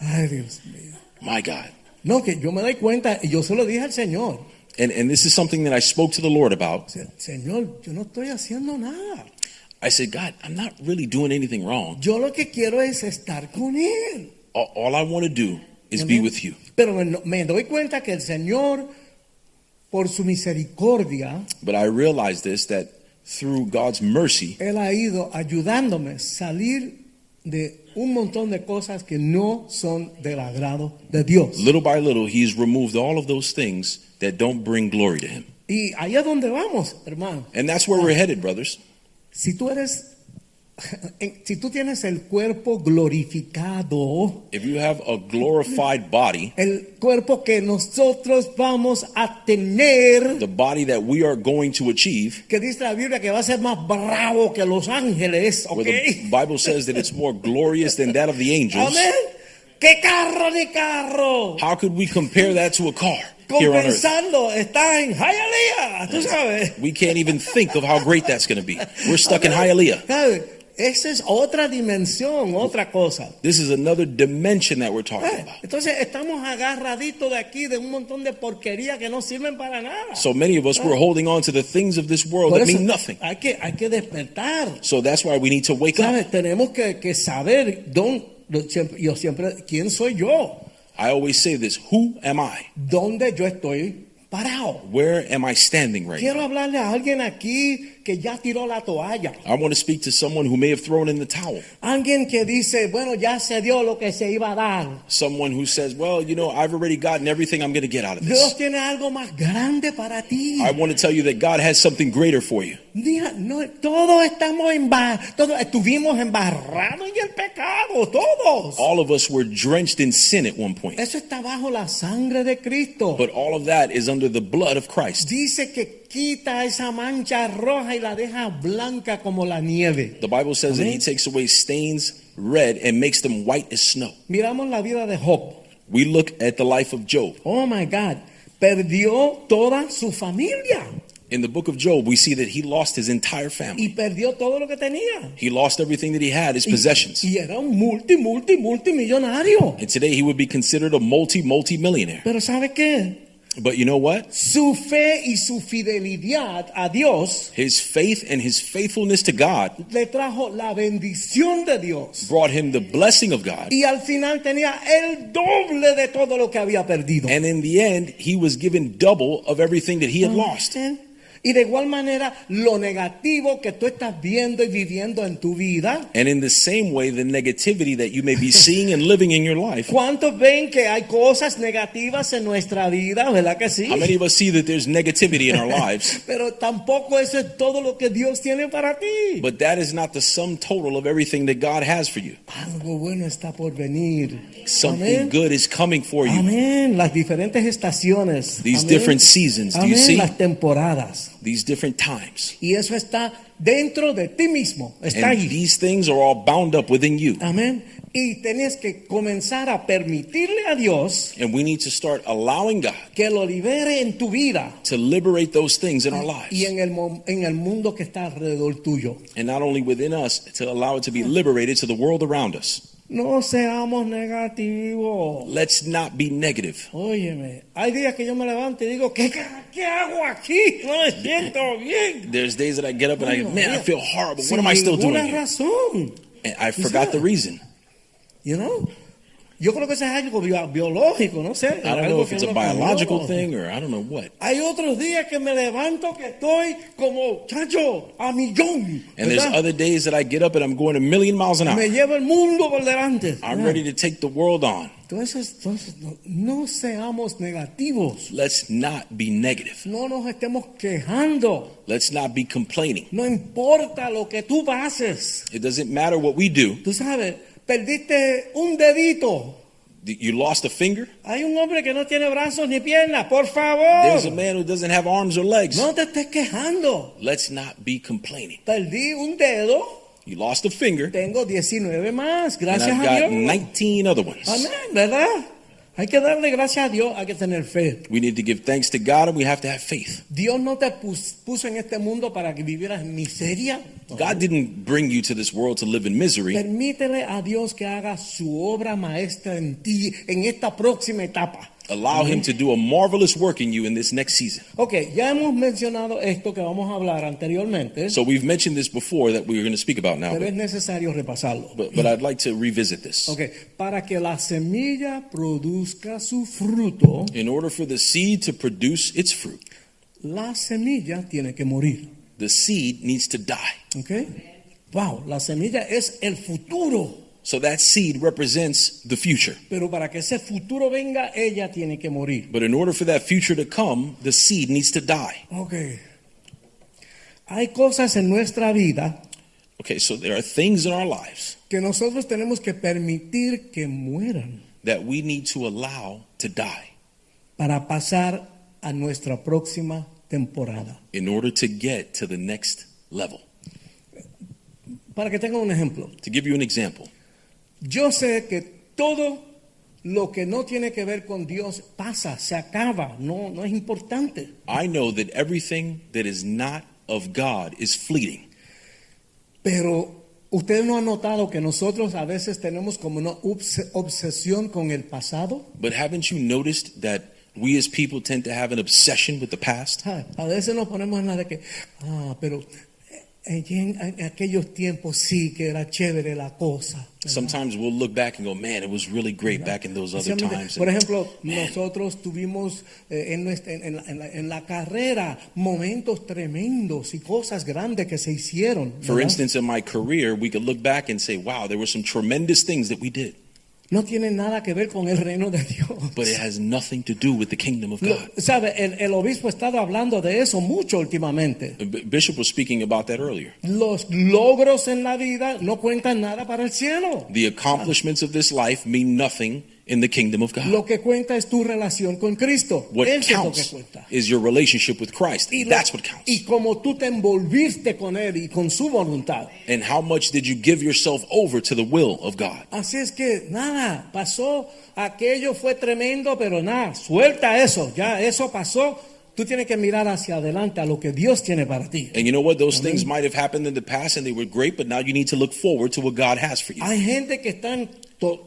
Ay, Dios mío.
My God.
No, que yo me doy cuenta, y yo se lo dije al Señor.
And, and this is something that I spoke to the Lord about.
Se- Señor, yo no estoy haciendo nada.
I said, God, I'm not really doing anything wrong.
Yo lo que quiero es estar con Él.
All, all I want to do is be with you.
Pero me, me doy cuenta que el Señor, por su misericordia,
But I realized this that through God's mercy,
Él ha ido ayudándome a salir de un montón de cosas que no son del agrado de Dios.
little by little, He's removed all of those things that don't bring glory to Him.
Y ahí es donde vamos, hermano.
And that's where we're headed, brothers.
Si tú eres, en- si tú tienes el cuerpo glorificado,
If you have a glorified body,
el cuerpo que nosotros vamos a tener,
the body that we are going to achieve,
que dice la Biblia que va a ser más bravo que los ángeles,
where
¿ok?
the Bible says that it's more glorious than that of the angels,
Amén. ¿Qué carro ni carro?
how could we compare that to a car here on earth?
Compensando, está en Hialeah, tú sabes.
We can't even think of how great that's going to be. We're stuck in Hialeah.
¿Sabes? Esa es otra dimensión, otra cosa.
This is another dimension that we're talking
¿Sabes?
about.
Entonces estamos agarraditos de aquí de un montón de porquería que no sirven para nada.
So many of us, we're holding on to the things of this world
Por
that
eso
mean nothing.
Hay que, hay que despertar.
So that's why we need to wake up.
¿Sabes? Tenemos que, que saber dónde, lo- siempre- yo siempre, quién soy yo,
I always say this Who am I?
dónde yo estoy parado.
Where am I standing right
Quiero
now?
hablarle a alguien aquí que ya tiró la toalla.
I want to speak to someone who may have thrown in the towel.
Alguien que dice, bueno, ya se dio lo que se iba a dar.
Someone who says, Well, you know, I've already gotten everything I'm going to get out of
Dios
this.
tiene algo más grande para ti.
I want to tell you that God has something greater for you.
Mira, no, todos estamos en bar, todos estuvimos embarrados en el pecado, todos.
All of us were drenched in sin at one point,
Eso está bajo la sangre de Cristo.
but all of that is under the blood of Christ.
Dice que quita esa mancha roja y la deja blanca como la nieve.
The Bible says that He
Amén.
takes away stains red and makes them white as snow.
Miramos la vida de Job.
We look at the life of Job.
Oh my God. Perdió toda su familia
In the book of Job, we see that he lost his entire
y
family.
perdió todo lo que tenía.
He lost everything that he had, his
Y-
possessions.
Y, era un multi, multi, multimillonario.
And today he would be considered a multi, multi millionaire.
Pero ¿sabe qué?
But you know what?
Su fe y su fidelidad a Dios
His faith and his faithfulness to God
le trajo la bendición de Dios.
brought him the blessing of God.
Y al final tenía el doble de todo lo que había perdido.
And in the end, he was given double of everything that he
Mm.
had lost.
Y de igual manera, lo negativo que tú estás viendo y viviendo en tu vida.
And in the same way, the negativity that you may be seeing and living in your life.
¿Cuántos ven que hay cosas negativas en nuestra vida? ¿Verdad que sí?
How many of us see that there's negativity in our lives?
Pero tampoco eso es todo lo que Dios tiene para ti.
But that is not the sum total of everything that God has for you.
Algo bueno está por venir.
Something
Amén.
good is coming for you.
Amén. Las diferentes estaciones.
These
Amén.
different seasons, do you
Amén.
see?
Las temporadas.
These different times.
Y eso está dentro de ti mismo. Está
And
allí.
these things are all bound up within you.
Amén. Y tienes que comenzar a permitirle a Dios
And we need to start allowing God
que lo libere en tu vida
to liberate those things in our
y
lives.
en el, mo- en el mundo que está alrededor tuyo.
And not only within us, to allow it to be liberated to the world around us.
No seamos negativos.
Let's not be negative.
Óyeme, hay días que yo me levanto y digo, ¿qué, qué hago aquí? No me siento bien.
There's days that I get up and I go, man, I feel horrible.
Sin
What am I still
ninguna
doing? here?"
razón.
And I forgot the reason.
You know? Yo creo que eso es algo bio- biológico, no sé.
I don't
algo
know if
que
it's a
uno cambió.
biological thing or I don't know what.
Hay otros días que me levanto que estoy como, chacho, a millón.
And there's
¿verdad?
other days that I get up and I'm going a million miles an hour.
Me lleva el mundo por delante.
I'm ready to take the world on.
Entonces, entonces no, no seamos negativos.
Let's not be negative.
No nos estemos quejando.
Let's not be complaining.
No importa lo que tú pases.
It doesn't matter what we do.
Tú sabes, perdiste un dedito.
You lost a finger.
Hay un hombre que no tiene brazos ni piernas. Por
There's a
favor.
man who doesn't have arms or legs.
Oh. No te estés quejando.
Let's not be complaining.
Perdí un dedo.
You lost a finger,
Tengo 19 más.
and
Gracias
I've
a Dios.
got 19 other ones.
Amén, ¿verdad? Hay que darle gracias a Dios. Hay que tener fe.
We need to give thanks to God and we have to have faith.
Dios no te pus- puso en este mundo para que vivieras en miseria.
God didn't bring you to this world to live in misery.
Permítele a Dios que haga su obra maestra en ti en esta próxima etapa.
Allow Him to do a marvelous work in you in this next season.
Ok, ya hemos mencionado esto que vamos a hablar anteriormente,
So we've mentioned this before that we were going to speak about now,
pero es
but,
necesario repasarlo.
but, but I'd like to revisit this.
Ok, para que la semilla produzca su fruto,
In order for the seed to produce its fruit,
la semilla tiene que morir.
the seed needs to die.
Ok, wow, la semilla es el futuro,
So that seed represents the future.
pero para que ese futuro venga, ella tiene que morir.
But in order for that future to come, the seed needs to die.
Ok, hay cosas en nuestra vida
Okay, so there are things in our lives
que nosotros tenemos que permitir que mueran
that we need to allow to die
para pasar a nuestra próxima temporada.
in order to get to the next level.
Para que tengan un ejemplo,
To give you an example,
yo sé que todo lo que no tiene que ver con Dios pasa, se acaba, no, no es importante.
I know that everything that is not of God is fleeting.
Pero ustedes no han notado que nosotros a veces tenemos como una obs- obsesión con el pasado.
But haven't you noticed that we as people tend to have an obsession with the past?
Ah, A veces nos ponemos en la de que, ah, pero en, en aquellos tiempos sí que era chévere la cosa.
Sometimes we'll look back and go, man, it was really great back in those other
Precisamente,
times.
Por
And,
ejemplo,
man,
nosotros tuvimos eh, en, nuestra- en- en la- en la, en la carrera momentos tremendos y cosas grandes que se hicieron.
For
¿verdad?
instance, in my career, we could look back and say, wow, there were some tremendous things that we did,
no tiene nada que ver con el reino de Dios.
but it has nothing to do with the kingdom of
Lo-
God.
¿Sabe? El, el obispo ha estado hablando de eso mucho últimamente.
B- Bishop was speaking about that earlier.
Los logros en la vida no cuentan nada para el cielo.
The accomplishments of this life mean nothing in the kingdom of God.
Lo que cuenta es tu relación con Cristo.
What
Eso es lo que
counts
cuenta.
is your relationship with Christ.
Y lo-
That's what counts.
Y como tú te envolviste con Él y con su voluntad.
And how much did you give yourself over to the will of God?
Así es que nada, pasó, aquello fue tremendo, pero nada, suelta eso, ya eso pasó. Tú tienes que mirar hacia adelante a lo que Dios tiene para ti.
And you know what? Those things might have happened in the past and they were great, but now you need to look forward to what God has for you.
Hay gente que están to-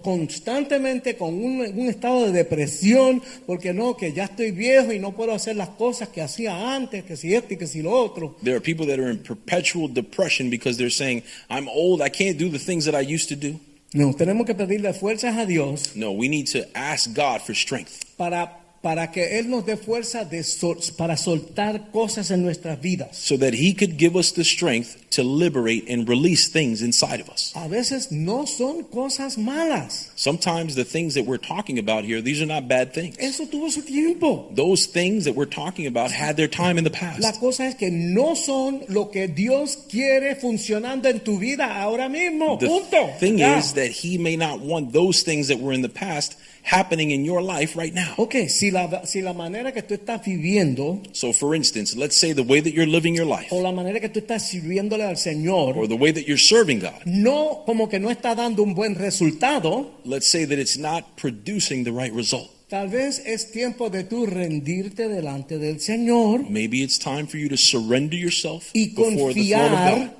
constantemente con un, un estado de depresión, porque no, que ya estoy viejo y no puedo hacer las cosas que hacía antes, que si esto y que si lo otro.
There are people that are in perpetual depression because they're saying, I'm old, I can't do the things that I used to do.
No, tenemos que pedirle fuerzas a Dios
No, we need to ask God for strength
para, para que Él nos dé fuerza de sol- para soltar cosas en nuestras vidas.
so that He could give us the strength to liberate and release things inside of us.
A veces no son cosas malas.
Sometimes the things that we're talking about here, these are not bad things.
Eso tuvo su tiempo.
Those things that we're talking about had their time in the
La
past.
cosa es que no son lo que Dios quiere funcionando en tu vida ahora mismo. Punto.
The thing
Ya.
is that He may not want those things that were in the past happening in your life right now.
ok, si la, si la manera que tú estás viviendo
So, for instance, let's say the way that you're living your life
o la manera que tú estás sirviéndole al Señor
or the way that you're serving God,
no como que no está dando un buen resultado,
let's say that it's not producing the right result.
tal vez es tiempo de tú rendirte delante del Señor
Maybe it's time for you to surrender yourself
Y
before the throne of
confiar.
God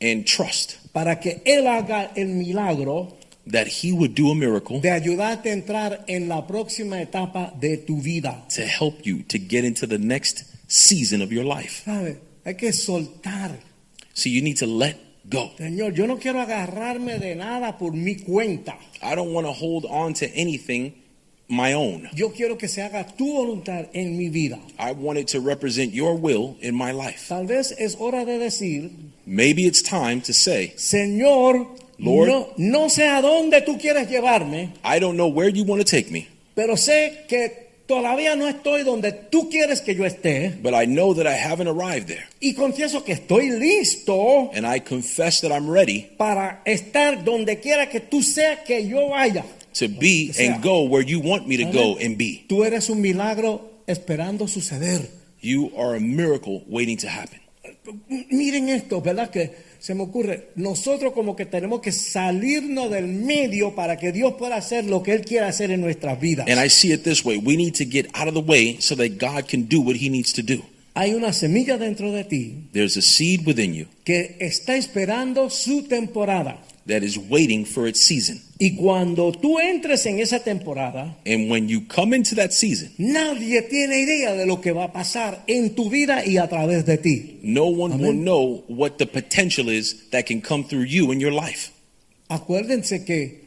and trust
para que Él haga el milagro
that He would do a miracle
de ayudarte a entrar en la próxima etapa de tu vida.
to help you to get into the next season of your life.
¿Sabes? Hay que soltar.
So you need to let go.
Señor, yo no quiero agarrarme de nada por mi cuenta.
I don't want to hold on to anything my own.
Yo quiero que se haga tu voluntad en mi vida.
I want it to represent your will in my life.
Tal vez es hora de decir,
Maybe it's time to say,
Señor,
Lord.
no, no sé a dónde tú quieres llevarme,
I don't know where you want to take me,
pero sé que todavía no estoy donde tú quieres que yo esté.
but I know that I haven't arrived there.
Y confieso que estoy listo
And I confess that I'm ready
para estar donde quiera que tú seas que yo vaya.
to be and go where you want me to go and be.
Tú eres un milagro esperando suceder.
You are a miracle waiting to happen.
M- Miren esto, ¿verdad? Que se me ocurre, nosotros como que tenemos que salirnos del medio para que Dios pueda hacer lo que Él quiere hacer en nuestras vidas.
And I see it this way we need to get out of the way so that God can do what He needs to do.
Hay una semilla dentro de ti
There's a seed within you
que está esperando su temporada.
that is waiting for its season.
Y cuando tú entres en esa temporada,
And when you come into that season,
nadie tiene idea de lo que va a pasar en tu vida y a través de ti.
no one will
Amen.
know what the potential is that can come through you in your life.
Acuérdense que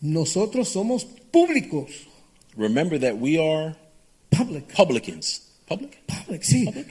nosotros somos públicos.
Remember that we are
Public.
publicans. Public?
Public, sí.
Public?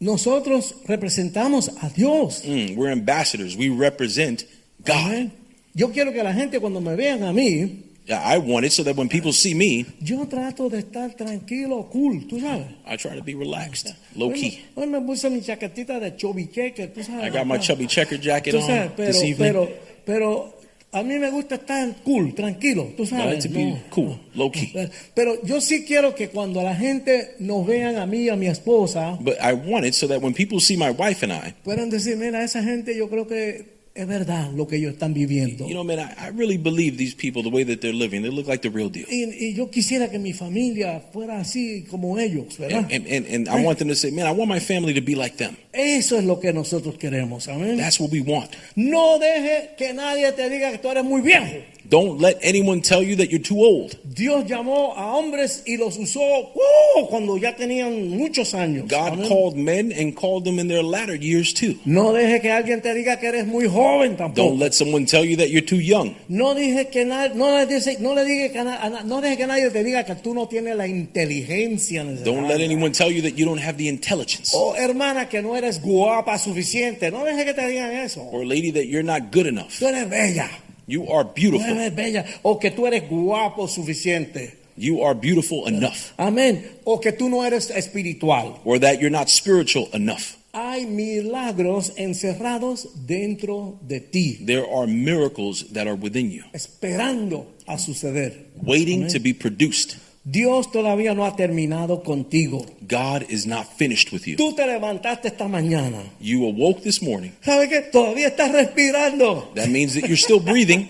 Nosotros representamos a Dios.
Mm, we're ambassadors. We represent God.
Amén. Yo quiero que la gente cuando me vean a mí,
Yeah, I want it so that when people see me,
yo trato de estar tranquilo, cool, tú sabes.
I try to be relaxed, low key.
Hoy me, hoy me puse mi chaquetita de chubby checker, tú sabes.
I got my chubby checker jacket
Tú sabes,
on
pero,
this evening.
pero, pero a mí me gusta estar cool, tranquilo, tú
I
sabes.
like to be
no.
cool, low key.
Pero yo sí quiero que cuando la gente nos vean a mí y a mi esposa,
But I want it so that when people see my wife and I,
puedan decir, mira, esa gente yo creo que es verdad lo que ellos están viviendo.
you know, man, I, I really believe these people the way that they're living. They look like the real deal.
Y, y yo quisiera que mi familia fuera así como ellos, ¿verdad?
And, and, and, and I want them to say, man, I want my family to be like them.
Eso es lo que nosotros queremos, amén.
That's what we want.
No deje que nadie te diga que tú eres muy viejo.
Don't let anyone tell you that you're too old.
Dios llamó a hombres y los usó ¡uh! cuando ya tenían muchos años.
God
amén.
called men and called them in their latter years too.
No deje que alguien te diga que eres muy joven tampoco.
Don't let someone tell you that you're too young.
No deje que nadie, no le dice- no le diga que a na- a na- no deje que nadie te diga que tú no tienes la inteligencia necesaria.
Don't let anyone tell you that you don't have the intelligence.
Oh, hermana, que no eres guapa suficiente. No deje que te digan eso.
Or lady that you're not good enough.
Tú eres bella.
You are
Tú
beautiful.
eres bella. O que tú eres guapo suficiente.
You are beautiful enough.
Amén. O que tú no eres espiritual.
Or that you're not spiritual enough.
Hay milagros encerrados dentro de ti,
There are miracles that are within you,
esperando a suceder.
waiting to be produced.
Dios todavía no ha terminado contigo.
God is not finished with you.
Tú te levantaste esta mañana.
You awoke this morning.
¿Sabes qué? Todavía estás respirando.
That means that you're still breathing.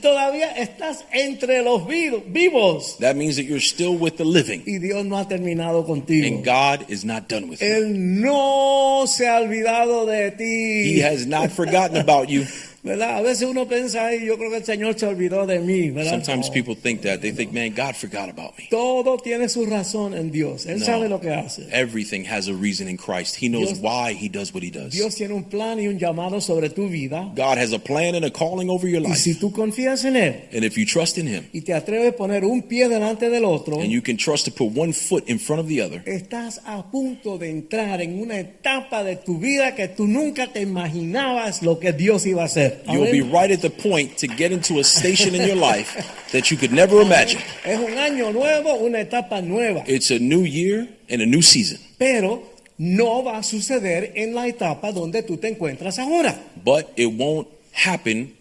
Todavía estás entre los vi- vivos.
That means that you're still with the living.
Y Dios no ha terminado contigo.
And God is not done with you.
Él no se ha olvidado de ti.
He has not forgotten about you.
¿verdad? A veces uno piensa, ay, yo creo que el Señor se olvidó de mí, ¿verdad?
Sometimes
No.
people think that. They think, man, God forgot about me.
Todo tiene su razón en Dios. Él
No.
sabe lo que hace.
Everything has a reason in Christ. He knows
Dios-
why he does what he does.
Dios tiene un plan y un llamado sobre tu vida.
God has a plan and a calling over your
Y
life.
si tú confías en Él
And if you trust in him
y te atreves a poner un pie delante del otro,
and you can trust to put one foot in front of the other,
estás a punto de entrar en una etapa de tu vida que tú nunca te imaginabas lo que Dios iba a hacer.
you'll be
Amén.
right at the point to get into a station in your life that you could never imagine.
Es un año nuevo, una etapa nueva,
It's a new year and a new season.
pero no va a suceder en la etapa donde tú te encuentras ahora.
But it won't happen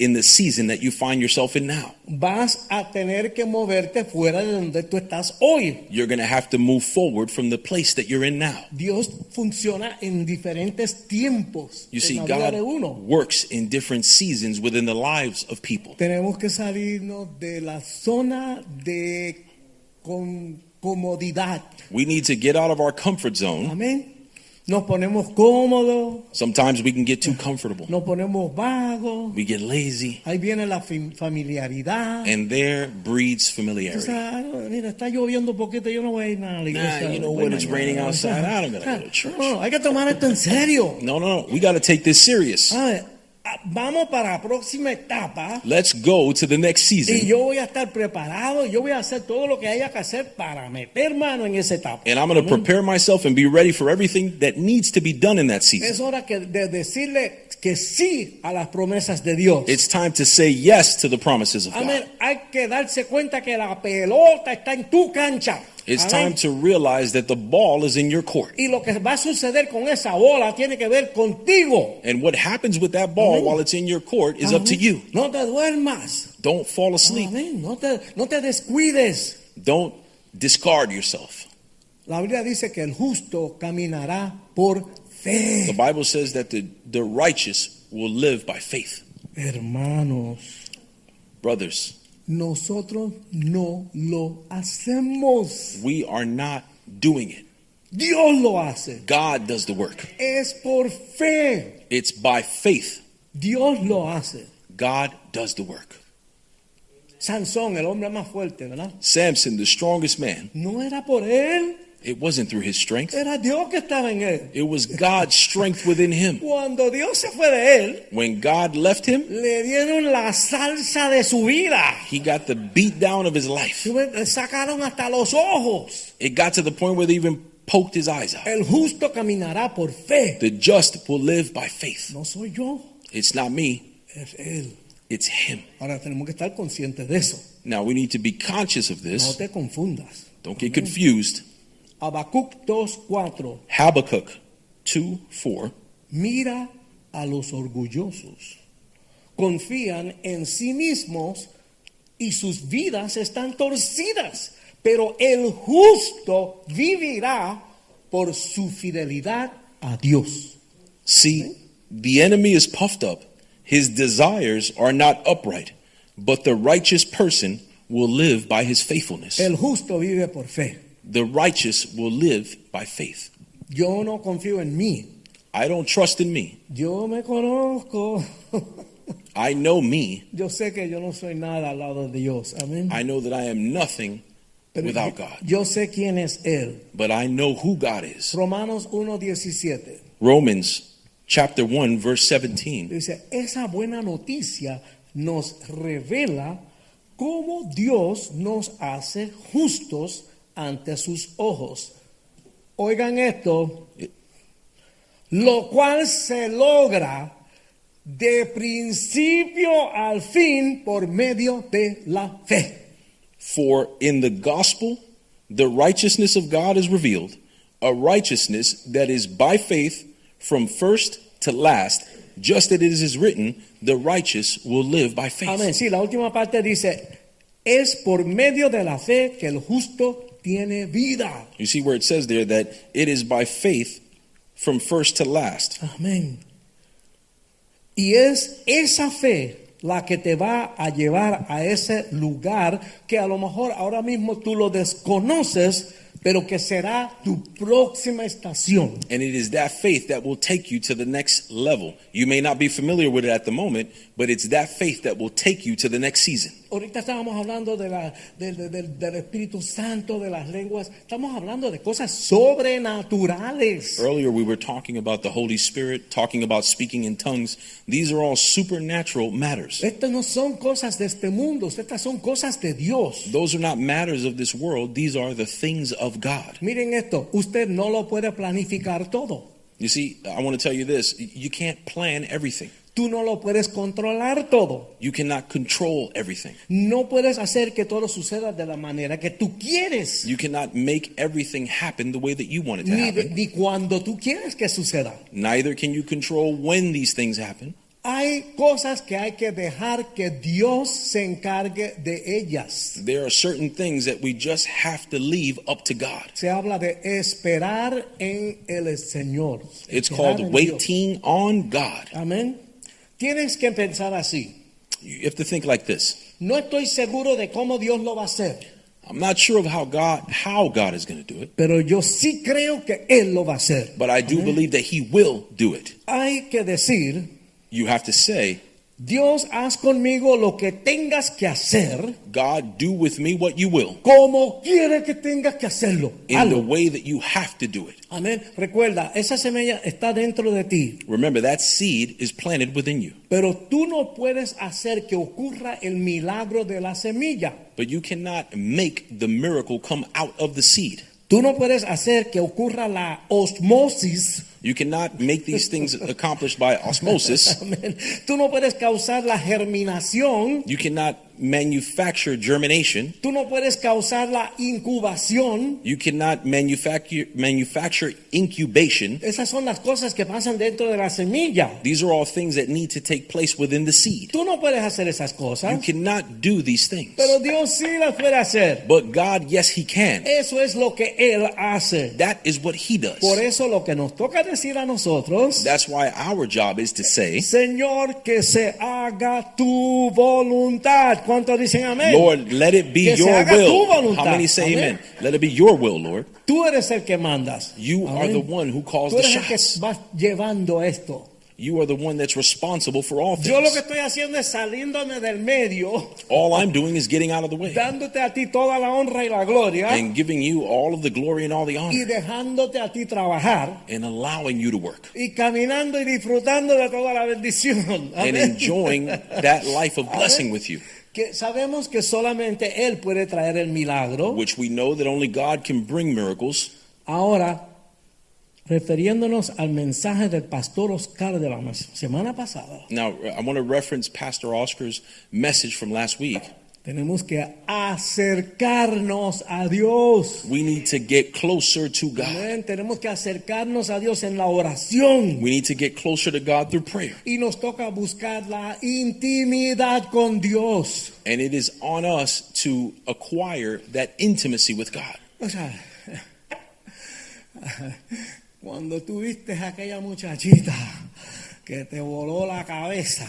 in the season that you find yourself in now.
Vas a tener que moverte fuera de donde tú estás hoy.
You're going to have to move forward from the place that you're in now.
Dios funciona en diferentes tiempos
You
en
see,
la vida
God
de uno.
works in different seasons within the lives of people.
Tenemos que salirnos de la zona de con- comodidad.
We need to get out of our comfort zone.
Amén. Nos ponemos cómodos,
Sometimes we can get too comfortable.
nos ponemos vagos.
We get lazy,
Ahí viene la fam- familiaridad.
and there breeds
O
familiarity.
sea, "Ah, mira, está lloviendo un poquito, yo no voy a ir nada a la iglesia.
you know
Voy
what, it's
mañana".
raining outside, I don't
O
gotta
sea,
go to church.
No, hay que tomar esto en serio.
No, no, no. We got to take this serious.
A ver, ah, vamos para la próxima etapa.
Let's go to the next
Y
season,
yo voy a estar preparado, yo voy a hacer todo lo que haya que hacer para meter mano en esa etapa.
and I'm going to prepare myself and be ready for everything that needs to be done in that season.
Es hora que de decirle que sí a las promesas de Dios.
It's time to say yes to the promises of
Amén.
God.
Hay que darse cuenta que la pelota está en tu cancha.
It's
Amén.
time to realize that the ball is in your court.
Y lo que va a suceder con esa bola tiene que ver contigo.
And what happens with that ball
Amén.
while it's in your court is up to
Amén.
you.
No te duermas.
Don't fall asleep.
Amén. No te, no te descuides.
Don't discard yourself.
La Biblia dice que el justo caminará por
The
fe.
Bible says that the, the righteous will live by faith.
Hermanos,
Brothers,
nosotros no lo hacemos.
we are not doing it.
Dios lo hace.
God does the work.
Es por fe.
It's by faith
Dios lo hace.
God does the work.
Sansón, el hombre más fuerte, ¿verdad?
Samson, the strongest man,
No era por él,
it wasn't through his strength,
era Dios que estaba en él.
it was God's strength within him.
Cuando Dios se fue de él,
When God left him,
le dieron la salsa de su vida.
he got the beat down of his life.
Le sacaron hasta los ojos.
It got to the point where they even poked his eyes out.
El justo caminará por fe.
The just will live by faith.
No soy yo,
It's not me,
es él.
it's him.
Ahora tenemos que estar conscientes de eso.
Now we need to be conscious of
No
this.
te confundas.
Don't get confused.
Habacuc 2.4.
Habakkuk 2 4.
Mira a los orgullosos. Confían en sí mismos y sus vidas están torcidas. Pero el justo vivirá por su fidelidad a Dios.
See, the enemy is puffed up. His desires are not upright, but the righteous person will live by his faithfulness.
El justo vive por fe.
The righteous will live by faith.
Yo no confío en mí.
I don't trust in me.
Yo me conozco.
I know me.
Yo sé que yo no soy nada al lado de Dios. Amén.
I know that I am nothing
Pero
without
yo-
God,
yo sé quién es Él.
but I know who God is.
Romanos 1.17.
Romans chapter 1 verse 17.
Dice, esa buena noticia nos revela cómo Dios nos hace justos ante sus ojos. Oigan esto, lo cual se logra de principio al fin por medio de la fe.
For in the gospel the righteousness of God is revealed, a righteousness that is by faith from first to last, just as it is written, the righteous will live by faith.
Amén. Sí, la última parte dice, es por medio de la fe que el justo tiene vida.
You see where it says there that it is by faith from first to last.
Amén. Y es esa fe la que te va a llevar a ese lugar que a lo mejor ahora mismo tú lo desconoces, pero que será tu próxima estación.
And it is that faith that will take you to the next level. You may not be familiar with it at the moment, but it's that faith that will take you to the next season.
Ahorita estábamos hablando de la- del- del- del- del Espíritu Santo, de las lenguas, estamos hablando de cosas sobrenaturales.
Earlier, we were talking about the Holy Spirit, talking about speaking in tongues. These are all supernatural matters.
Estas no son cosas de este mundo, estas son cosas de Dios.
Those are not matters of this world, these are the things of God.
Miren esto, usted no lo puede planificar todo.
You see, I want to tell you this you can't plan everything,
Tú no lo puedes controlar todo.
you cannot control everything,
No puedes hacer que todo suceda de la manera que tú quieres,
you cannot make everything happen the way that you want it to
ni, de-
happen.
ni cuando tú quieres que suceda.
Neither can you control when these things happen.
Hay cosas que hay que dejar que Dios se encargue de ellas.
There are certain things that we just have to leave up to God.
Se habla de esperar en el Señor.
It's
Esperar en
called
Dios.
waiting on God.
Amén. Tienes que pensar así.
You have to think like this.
No estoy seguro de cómo Dios lo va a hacer,
I'm not sure of how God how God is going to do it,
pero yo sí creo que Él lo va a hacer.
but I do believe that He will do it.
Hay que decir,
You have to say,
Dios, haz conmigo lo que tengas que hacer,
God, do with me what you will
como quiere que tengas que hacerlo.
in the
Hazlo.
way that you have to do it.
Amén. Recuerda, esa semilla está dentro de ti.
Remember that seed is planted within you,
Pero tú no puedes hacer que ocurra el milagro de la semilla.
but you cannot make the miracle come out of the seed.
Tú no puedes hacer que ocurra la osmosis.
You cannot make these things accomplished by osmosis.
Amén. Tú no puedes causar la germinación.
You cannot manufacture germination.
Tú no puedes causar la incubación.
You cannot manufacture manufacture incubation.
Esas son las cosas que pasan dentro de la semilla.
These are all things that need to take place within the seed.
Tú no puedes hacer esas
You
cosas.
cannot do these things.
Pero Dios sí las puede hacer.
But God, yes, He can.
Eso es lo que Él hace.
That is what He does.
Por eso lo que nos toca decir a nosotros,
That's why our job is to say,
Señor, que se haga tu voluntad. ¿Cuántos dicen amén?
Lord, let it be
Que se
your
haga tu
will.
voluntad.
How many say
Amén.
amen? Let it be your will, Lord.
Tú eres el que mandas.
You are
Amén.
the one who calls
Tú
the
eres el que
shots.
vas llevando esto.
You are the one that's responsible for all
Yo lo
things.
que estoy haciendo es saliéndome del medio,
All I'm doing is getting out of the way
dándote a ti toda la honra y la gloria
and giving you all of the glory and all the
y
honor
dejándote a ti trabajar
and allowing you to work
y caminando y disfrutando de toda la bendición.
and
Amén.
enjoying that life of blessing with you,
Que sabemos que solamente Él puede traer el milagro.
which we know that only God can bring miracles.
Ahora, refiriéndonos al mensaje del pastor Oscar de la mas- semana pasada,
Now, I want to reference Pastor Oscar's message from last week.
tenemos que acercarnos a Dios.
We need to get closer to God.
Amén. Tenemos que acercarnos a Dios en la oración.
We need to get closer to God through prayer.
Y nos toca buscar la intimidad con Dios.
And it is on us to acquire that intimacy with God.
O sea, cuando tuviste aquella muchachita que te voló la cabeza,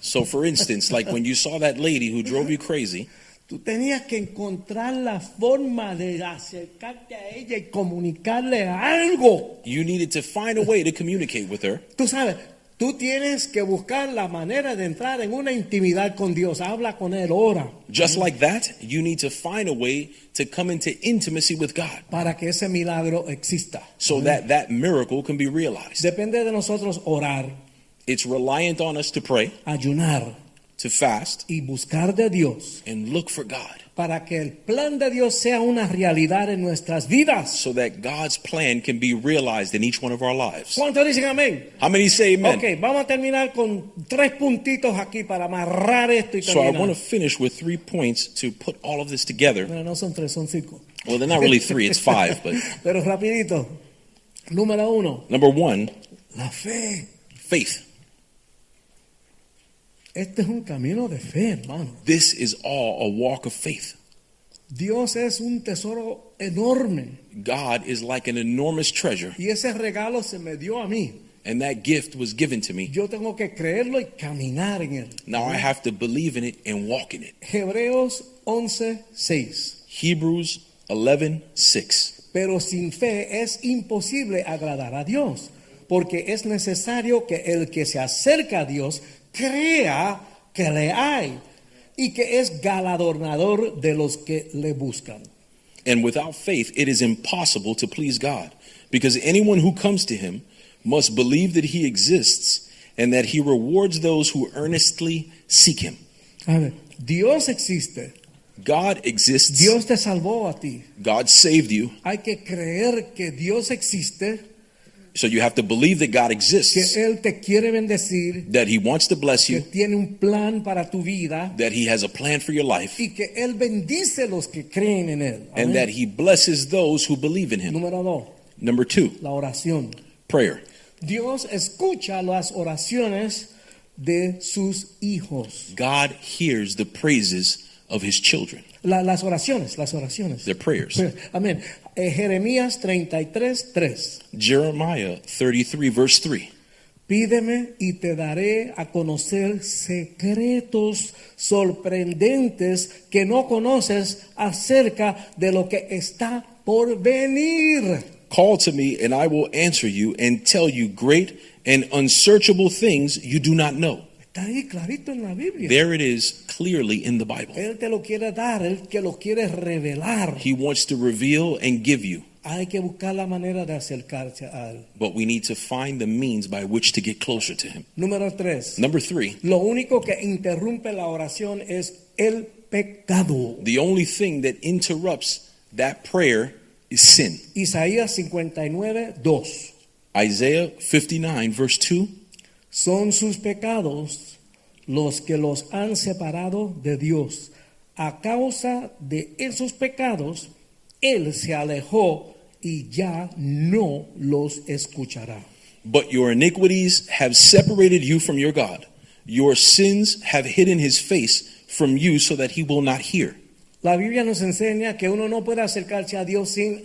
So, for instance, like when you saw that lady who drove you crazy,
Tú tenías que encontrar la forma de acercarte a ella y comunicarle algo.
you needed to find a way to communicate with her.
Tú sabes, tú tienes que buscar la manera de entrar en una intimidad con Dios. Habla con Él, ora,
Just like that, you need to find a way to come into intimacy with God
para que ese milagro exista.
so that that miracle can be realized.
Depende de nosotros orar,
It's reliant on us to pray,
ayunar
to fast,
y buscar de Dios
and look for God
para que el plan de Dios sea una realidad en nuestras vidas.
so that God's plan can be realized in each one of our lives.
¿Cuántos dicen amén?
How many say amen?
Ok, vamos a terminar con tres puntitos aquí para amarrar esto y
So I
terminar.
want to finish with three points to put all of this together.
Bueno, no son tres, son cinco.
Well, they're not really three, it's five, but
Pero rapidito. Número uno,
number one,
la fe.
faith.
Este es un camino de fe, hermano.
This is all a walk of faith.
Dios es un tesoro enorme
God is like an enormous treasure,
y ese regalo se me dio a mí.
and that gift was given to me.
Yo tengo que creerlo y caminar en él.
Now I have to believe in it and walk in it.
Hebreos 11, 6.
Hebrews 11:6.
Pero sin fe es imposible agradar a Dios, porque es necesario que el que se acerca a Dios crea que le hay y que es galardonador de los que le buscan.
And without faith, it is impossible to please God, because anyone who comes to him must believe that he exists and that he rewards those who earnestly seek him.
A ver, Dios existe,
God exists.
Dios te salvó a ti.
God saved you,
Hay que creer que Dios existe,
so you have to believe that God
que
exists,
Él te quiere bendecir,
that he wants to bless
que
you,
tiene un plan para tu vida
that he has a plan for your life,
y que Él bendice los que creen en Él. Amén.
and that he blesses those who believe in him.
Número dos,
Number 2,
la oración.
prayer.
Dios escucha las oraciones de sus hijos.
God hears the praises of his children,
La- las oraciones, las oraciones. Pues,
their prayers.
Amén. Eh, Jeremías 33, 3.
Jeremiah 33 verse 3.
Pídeme y te daré a conocer secretos sorprendentes que no conoces acerca de lo que está por venir.
Call to me, and I will answer you and tell you great and unsearchable things you do not know.
Está ahí clarito en la Biblia.
There it is clearly in the Bible.
Él te lo quiere dar, Él que lo quiere revelar.
He wants to reveal and give you,
Hay que buscar la manera de acercarse a Él.
but we need to find the means by which to get closer to Him.
Número tres.
Number three,
Lo único que interrumpe la oración es el pecado.
the only thing that interrupts that prayer is sin.
Isaías 59, 2.
Isaiah 59, verse 2
Son sus pecados los que los han separado de Dios. A causa de esos pecados, Él se alejó y ya no los escuchará.
But your iniquities have separated you from your God, your sins have hidden His face from you so that He will not hear.
La Biblia nos enseña que uno no puede acercarse a Dios sin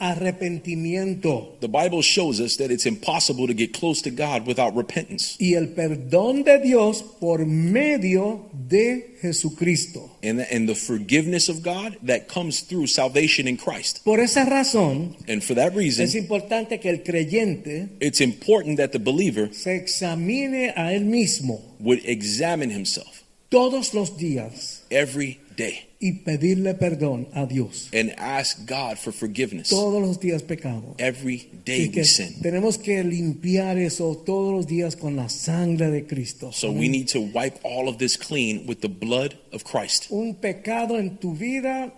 arrepentimiento.
The Bible shows us that it's impossible to get close to God without repentance,
Y el perdón de Dios por medio de Jesucristo.
and the, and the forgiveness of God that comes through salvation in Christ.
Por esa razón,
And for that reason,
es importante que el creyente
it's important that the believer
se examine a él mismo
would examine himself
todos los días
every day
y pedirle perdón a Dios.
and ask God for forgiveness.
Todos los días pecamos.
Every day
Y que
we sin.
tenemos que limpiar eso todos los días con la sangre de Cristo.
So we need to wipe all of this clean with the blood of Christ.
Un pecado en tu vida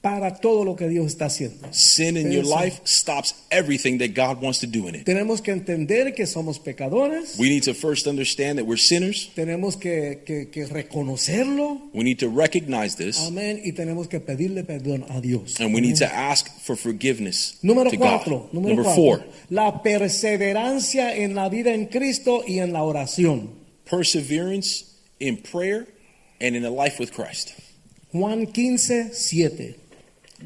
para todo lo que Dios está haciendo.
Sin in your
Eso.
life stops everything that God wants to do in it.
Tenemos que entender que somos pecadores.
We need to first understand that we're sinners.
tenemos que, que- que reconocerlo.
We need to recognize this.
Amén. Y tenemos que pedirle perdón a Dios.
And we need to ask for forgiveness
Número
to
cuatro,
God.
número
Number
cuatro,
four,
la perseverancia en la vida en Cristo y en la oración.
perseverance in prayer and in a life with Christ.
Juan 15, 7.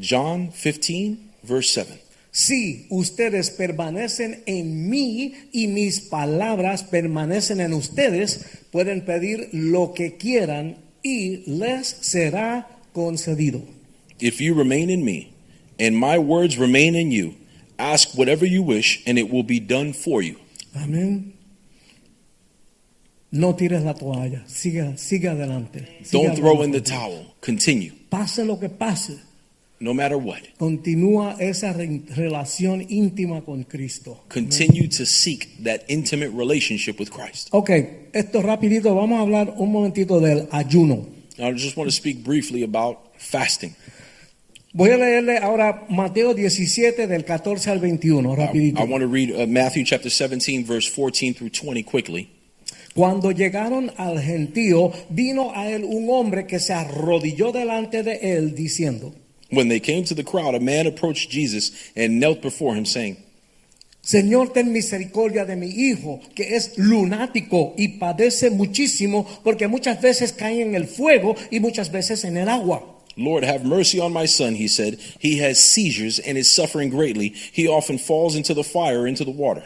John 15, verse 7.
Si ustedes permanecen en mí y mis palabras permanecen en ustedes, pueden pedir lo que quieran y les será concedido.
If you remain in me and my words remain in you, ask whatever you wish and it will be done for you.
Amén. No tires la toalla, sigue, sigue adelante. sigue
Don't throw in
adelante.
the towel. Continue,
Pase lo que pase.
no matter what.
Continúa esa re- relación íntima con Cristo.
Continue to seek that intimate relationship with Christ.
Ok, esto rapidito, vamos a hablar un momentito del ayuno.
Now, I just want to speak briefly about fasting.
Voy a leerle ahora Mateo 17 del 14 al 21,
I,
rapidito.
I want to read uh, Matthew chapter 17, verse 14 through 20 quickly.
Cuando llegaron al gentío, vino a él un hombre que se arrodilló delante de él diciendo,
When they came to the crowd, a man approached Jesus and knelt before him, saying,
Señor, ten misericordia de mi hijo, que es lunático y padece muchísimo, porque muchas veces cae en el fuego y muchas veces en el agua.
Lord, have mercy on my son, he said. He has seizures and is suffering greatly. He often falls into the fire, into the water.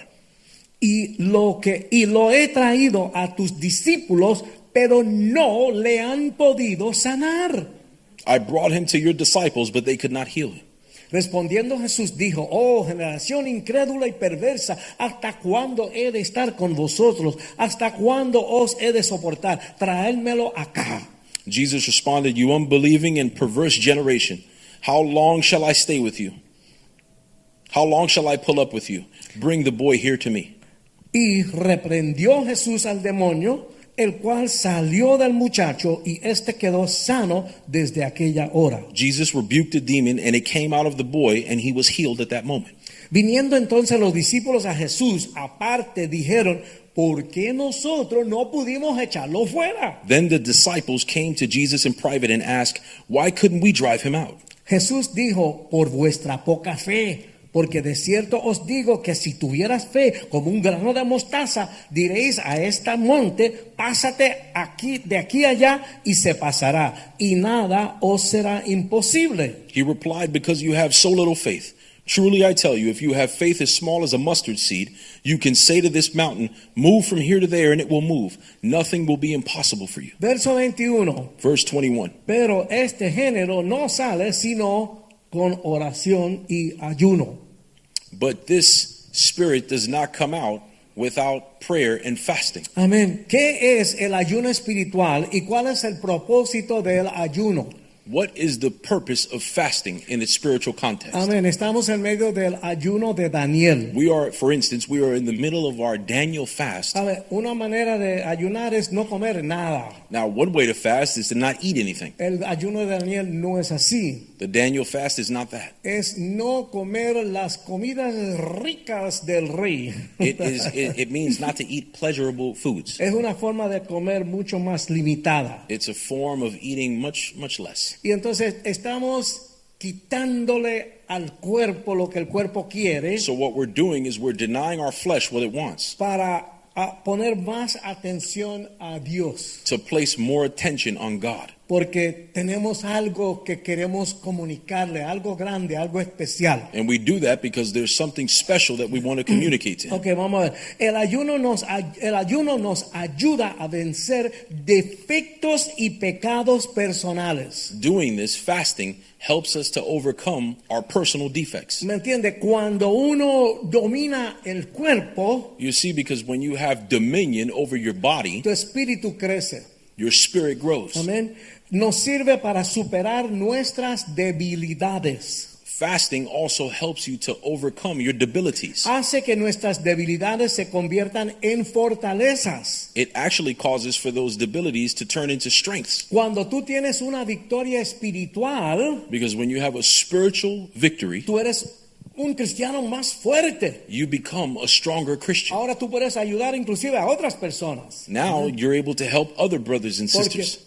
y lo que y lo he traído a tus discípulos, pero no le han podido sanar.
I brought him to your disciples, but they could not heal him.
Respondiendo Jesús dijo, oh generación incrédula y perversa, ¿hasta cuándo he de estar con vosotros? ¿Hasta cuándo os he de soportar? Traédmelo acá.
Jesus responded, You unbelieving and perverse generation, how long shall I stay with you? How long shall I pull up with you? Bring the boy here to me.
Y reprendió Jesús al demonio, el cual salió del muchacho y éste quedó sano desde aquella hora.
Jesus rebuked the demon, and it came out of the boy, and he was healed at that moment.
Viniendo entonces los discípulos a Jesús aparte dijeron, ¿por qué nosotros no pudimos echarlo fuera?
Then the disciples came to Jesus in private and asked, Why couldn't we drive him out?
Jesús dijo, por vuestra poca fe, porque de cierto os digo que si tuvieras fe como un grano de mostaza, diréis a esta monte, pásate aquí de aquí allá y se pasará, y nada os será imposible.
He replied, Because you have so little faith. Truly I tell you, if you have faith as small as a mustard seed, you can say to this mountain, Move from here to there, and it will move. Nothing will be impossible for you.
Verso 21.
Verse 21.
Pero este género no sale sino con oración y ayuno.
But this spirit does not come out without prayer and fasting.
Amén. ¿Qué es el ayuno espiritual y cuál es el propósito del ayuno?
What is the purpose of fasting in its spiritual context?
Amén. Estamos en medio del ayuno de Daniel.
We are, for instance, we are in the middle of our Daniel fast.
A ver, una manera de ayunar es no comer nada.
Now, one way to fast is to not eat anything.
El ayuno de Daniel no es así.
The Daniel fast is not that.
Es no comer las comidas ricas del rey.
It is. It, it means not to eat pleasurable foods.
Es una forma de comer mucho más limitada.
It's a form of eating much, much less.
Y entonces estamos quitándole al cuerpo lo que el cuerpo quiere
So what we're doing is we're denying our flesh what it wants
para ah, poner más atención a Dios.
to place more attention on God.
Porque tenemos algo que queremos comunicarle, algo grande, algo especial.
And we do that because there's something special that we want to communicate to him.
Ok, vamos a ver. El ayuno nos, ay- el ayuno nos ayuda a vencer defectos y pecados personales.
Doing this, fasting, helps us to overcome our personal defects.
¿Me entiende? Cuando uno domina el cuerpo,
You see, because when you have dominion over your body,
tu espíritu crece.
your spirit grows.
Amén. Nos sirve para superar nuestras debilidades.
Fasting also helps you to overcome your debilities.
Hace que nuestras debilidades se conviertan en fortalezas.
It actually causes for those debilities to turn into strengths.
Cuando tú tienes una victoria espiritual,
Because when you have a spiritual victory,
tú eres un cristiano más fuerte.
you become a stronger Christian.
Ahora tú puedes ayudar inclusive a otras personas.
Now you're able to help other brothers and
Porque
sisters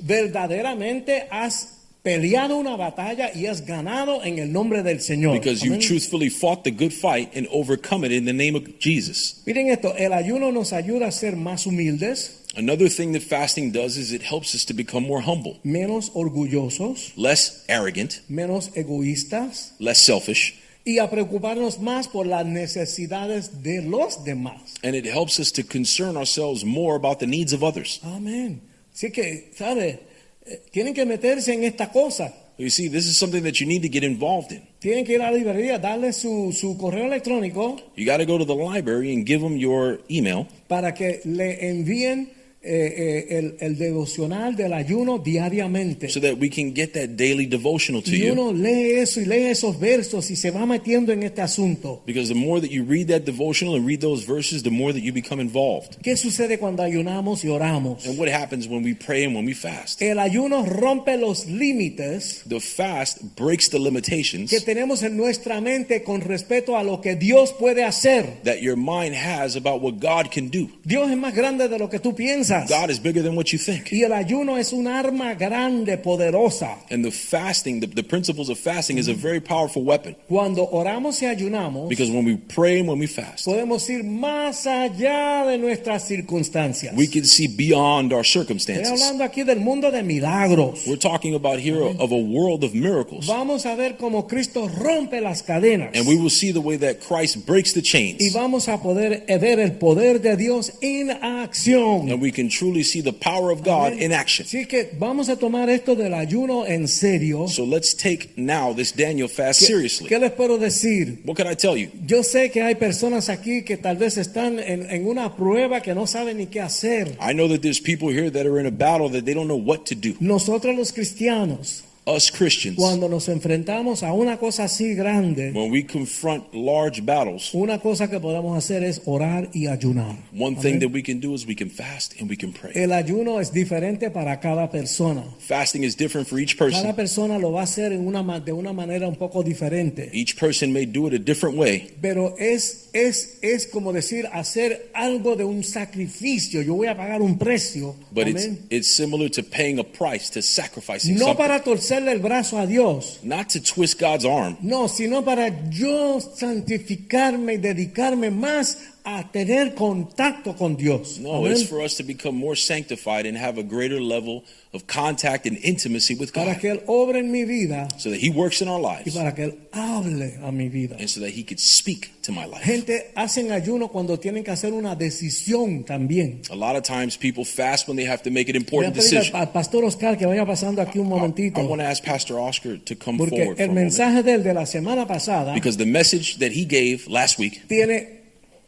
verdaderamente has peleado una batalla y has ganado en el nombre del Señor.
because you
Amén.
truthfully fought the good fight and overcome it in the name of Jesus.
Miren esto, el ayuno nos ayuda a ser más humildes,
Another thing that fasting does is it helps us to become more humble,
menos orgullosos,
less arrogant,
menos egoístas
less selfish,
y a preocuparnos más por las necesidades de los demás.
and it helps us to concern ourselves more about the needs of others.
Amén. Así que, ¿sabe? Eh, Tienen que meterse en esta cosa.
You see, this is something that you need to get involved in.
Tienen que ir a la librería, darle su, su correo electrónico
You got to go to the library and give them your email
para que le envíen eh, eh, el, el devocional del ayuno diariamente.
so that we can get that daily devotional to
y
you.
uno lee eso y lee esos versos y se va metiendo en este asunto.
Because the more that you read that devotional and read those verses, the more that you become involved.
¿Qué sucede cuando ayunamos y oramos?
And what happens when we pray and when we fast?
El ayuno rompe los límites
The fast breaks the limitations
que tenemos en nuestra mente con respecto a lo que Dios puede hacer.
that your mind has about what God can do.
Dios es más grande de lo que tú piensas.
God is bigger than what you think.
Y el ayuno es un arma grande, poderosa.
And the fasting, the, the principles of fasting is a very powerful weapon
Cuando oramos y ayunamos,
because when we pray and when we fast,
podemos ir más allá de nuestras circunstancias.
we can see beyond our
Estoy
circumstances.
hablando aquí del mundo de milagros.
We're talking about here of a world of miracles.
Vamos a ver cómo Cristo rompe las cadenas.
And we will see the way that Christ breaks the
Y
chains.
vamos a poder ver el poder de Dios en acción.
And we can truly see the power of God
Amén.
in action.
Así que vamos a tomar esto del ayuno en serio.
So let's take now this Daniel fast
¿Qué-
seriously.
¿Qué les puedo decir?
What can I tell you?
Yo sé que hay personas aquí que tal vez están en, en una prueba que no saben ni qué hacer.
I know that there's people here that are in a battle that they don't know what to do.
Nosotros los cristianos,
Us Christians,
cuando nos enfrentamos a una cosa así grande,
when we confront large battles,
una cosa que podemos hacer es orar y ayunar.
one thing
Amén.
that we can do is we can fast and we can pray.
El ayuno es diferente para cada persona.
Fasting is different for each
Cada
person.
persona lo va a hacer en una, ma- de una manera un poco diferente.
Each person may do it a different way,
Pero es, es, es como decir, hacer algo de un sacrificio. Yo voy a pagar un precio.
but it's
Amén.
it's similar to paying a price to sacrificing
No
something.
para torcerle el brazo a Dios.
Not to twist God's arm,
No, sino para yo santificarme y dedicarme más a tener contacto con Dios.
No,
Amén.
it's for us to become more sanctified and have a greater level of contact and intimacy with
Para
God.
que Él obre en mi vida
So that He works in our
y
lives
para que Él hable a mi vida.
and so that He could speak to my life.
Gente hacen ayuno cuando tienen que hacer una decisión también.
A lot of times people fast when they have to make an
Voy a
important
pedir al
decision.
pa- pastor Oscar que vaya pasando aquí un
I,
momentito.
want to ask Pastor Oscar to come
Porque
forward for a
el
moment.
mensaje del de la semana pasada
because the message that he gave last week
tiene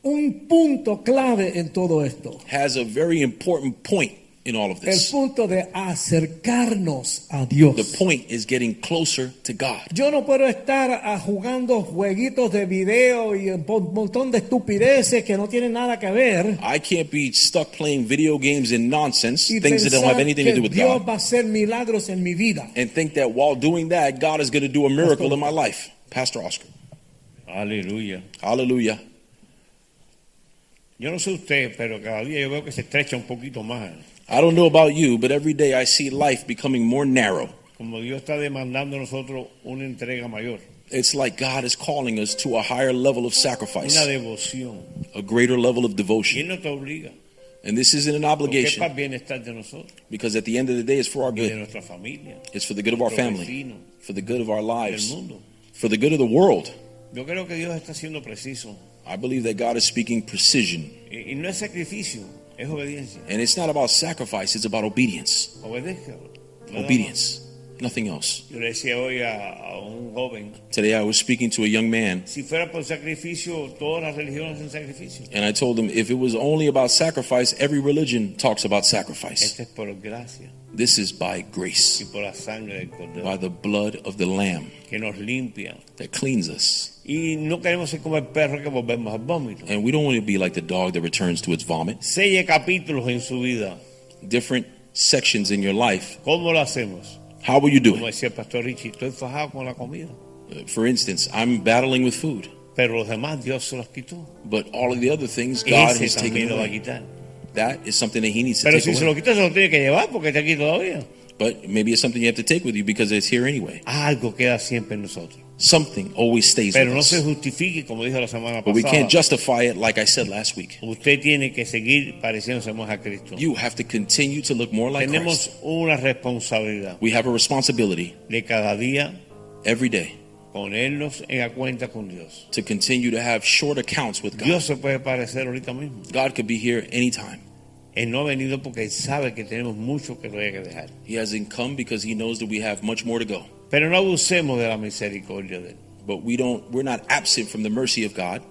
un punto clave en todo esto.
has a very important point in all of
El
this.
punto de acercarnos a Dios.
The point is getting closer to God.
Yo no puedo estar ah, jugando jueguitos de video y un po- montón de estupideces que no tienen nada que ver.
I can't be stuck playing video games and nonsense,
Y
things that don't
pensar
have anything to
que
do with
Dios
God.
va a hacer milagros en mi vida.
and think that while doing that, God is going to do a miracle in my life. Pastor Oscar.
Aleluya.
Hallelujah.
Yo no sé usted, pero cada día yo veo que se estrecha un poquito más.
I don't know about you, but every day I see life becoming more narrow.
Como Dios está demandando a nosotros una entrega mayor,
It's like God is calling us to a higher level of sacrifice,
una devoción.
a greater level of
Y
devotion.
Él no te obliga.
And this isn't an
Porque es
obligation
para el bienestar de nosotros,
because at the end of the day, it's for our
y de
good.
nuestra familia,
It's for the good of our
nuestro
family,
vecino,
for the good of our
del
lives,
mundo.
for the good of the world.
Yo creo que Dios está siendo preciso.
I believe that God is speaking precision.
Y, y no es sacrificio, es obediencia.
And it's not about sacrifice, it's about obedience.
Obedezca. Nada más.
Obedience, nothing else.
Yo le decía hoy a, a un joven,
Today I was speaking to a young man
si fuera por sacrificio, todas las religiones son sacrificio.
And I told him if it was only about sacrifice, every religion talks about sacrifice.
Este es por gracia
This is by
y
grace,
por la sangre del Cordero.
by the blood of the Lamb
que nos limpia.
that cleans us.
Y no queremos ser como el perro que volvemos al vómito.
And we don't want to be like the dog that returns to its vomit.
Sella capítulos en su vida.
Different sections in your life.
¿Cómo lo hacemos?
How will you do
Como decía el pastor Richie, estoy fajado con la comida.
it? For instance, I'm battling with food,
Pero los demás Dios se los quitó.
but all of the other things
Y
God
ese
has
también
taken
lo va a
away.
quitar.
That is something that He needs to
Pero si
take
se lo
away.
quita, se lo tiene que llevar porque está aquí todavía.
But maybe it's something you have to take with you because it's here anyway.
Algo queda siempre en nosotros.
Something always stays
Pero
with
no se
us.
justifique, como dijo la semana
But we can't
pasada.
justify it like I said last week.
Usted tiene que seguir pareciéndose más a Cristo.
You have to continue to look more like Christ.
Tenemos una responsabilidad
We have a responsibility
de cada día
every day
ponernos en la cuenta con Dios.
to continue to have short accounts with God.
Dios se puede parecer ahorita mismo.
God could be here anytime.
Él no ha venido porque él sabe que tenemos mucho que todavía que dejar.
He hasn't come because he knows that we have much more to go.
Pero no abusemos de la misericordia de él.
But we don't we're not absent from the mercy of God.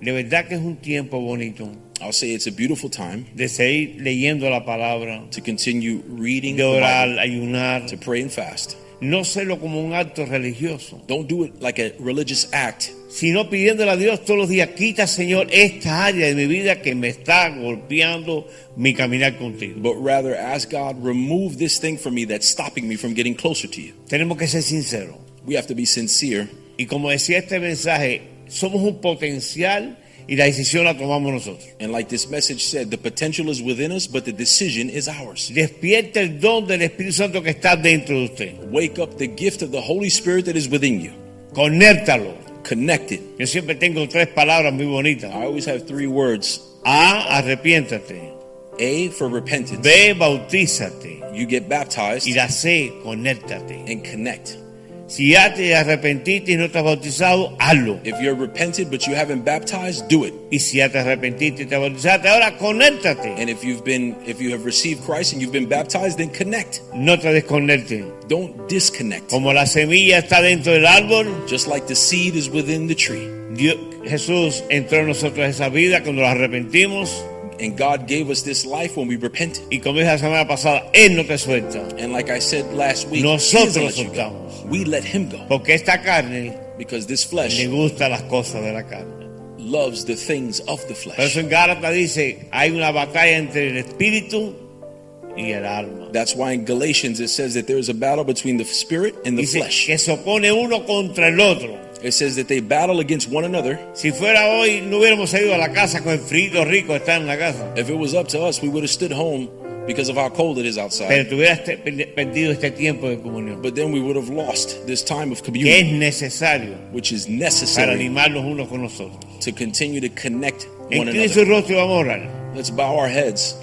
De verdad que es un tiempo bonito
I'll say it's a beautiful time
de seguir leyendo la palabra,
to continue reading
de
the Bible,
orar, ayunar,
to pray and fast.
no serlo como un acto religioso,
Don't do it like a religious act,
sino pidiéndole a Dios todos los días, quita Señor esta área de mi vida que me está golpeando mi caminar contigo.
but rather ask God, remove this thing from me that's stopping me from getting closer to you.
Tenemos que ser sinceros.
We have to be sincere.
Y como decía este mensaje, somos un potencial y la decisión la tomamos nosotros.
And like this message said, the potential is within us, but the decision is ours.
Despierta el don del Espíritu Santo que está dentro de usted.
Wake up the gift of the Holy Spirit that is within you.
Conéctalo.
Connect it.
Yo siempre tengo tres palabras muy bonitas.
I always have three words
A, arrepiéntate.
A for repentance.
B, bautízate.
You get baptized
Y la C, conéctate.
and connect.
Si ya te arrepentiste y no te has bautizado, hazlo.
If you're repented but you haven't baptized, do it.
Y si ya te arrepentiste y te bautizaste, ahora conéctate.
And if you've been if you have received Christ and you've been baptized, then connect.
No te desconectes.
Don't disconnect.
Como la semilla está dentro del árbol,
Just like the seed is within the tree,
Dios- Jesús entró en nosotros esa vida cuando nos arrepentimos.
and God gave us this life when we repented.
Y como dije la semana pasada, Él no te suelta.
And like I said last week, He doesn't
Nosotros Oh.
let you go.
soltamos.
we let him go
Porque esta carne
because this flesh
le gusta las cosas de la carne.
loves the things of the flesh.
Por eso en Gálatas dice, hay una batalla entre el espíritu y el alma.
That's why in Galatians it says that there is a battle between the spirit and the
Dice
flesh.
que se opone uno contra el otro.
It says that they battle against one another.
Si fuera hoy, no hubiéramos salido a la casa con el frío rico de estar en la casa.
If it was up to us, we would have stood home because of how cold it is outside.
Pero te hubieras te- perdido este tiempo de comunión.
But then we would have lost this time of
Que es
communion,
necesario
which is
para
necessary
animarnos unos con nosotros.
to continue to connect one
Incline su
another.
rostro y vamos a orar.
Let's bow our heads.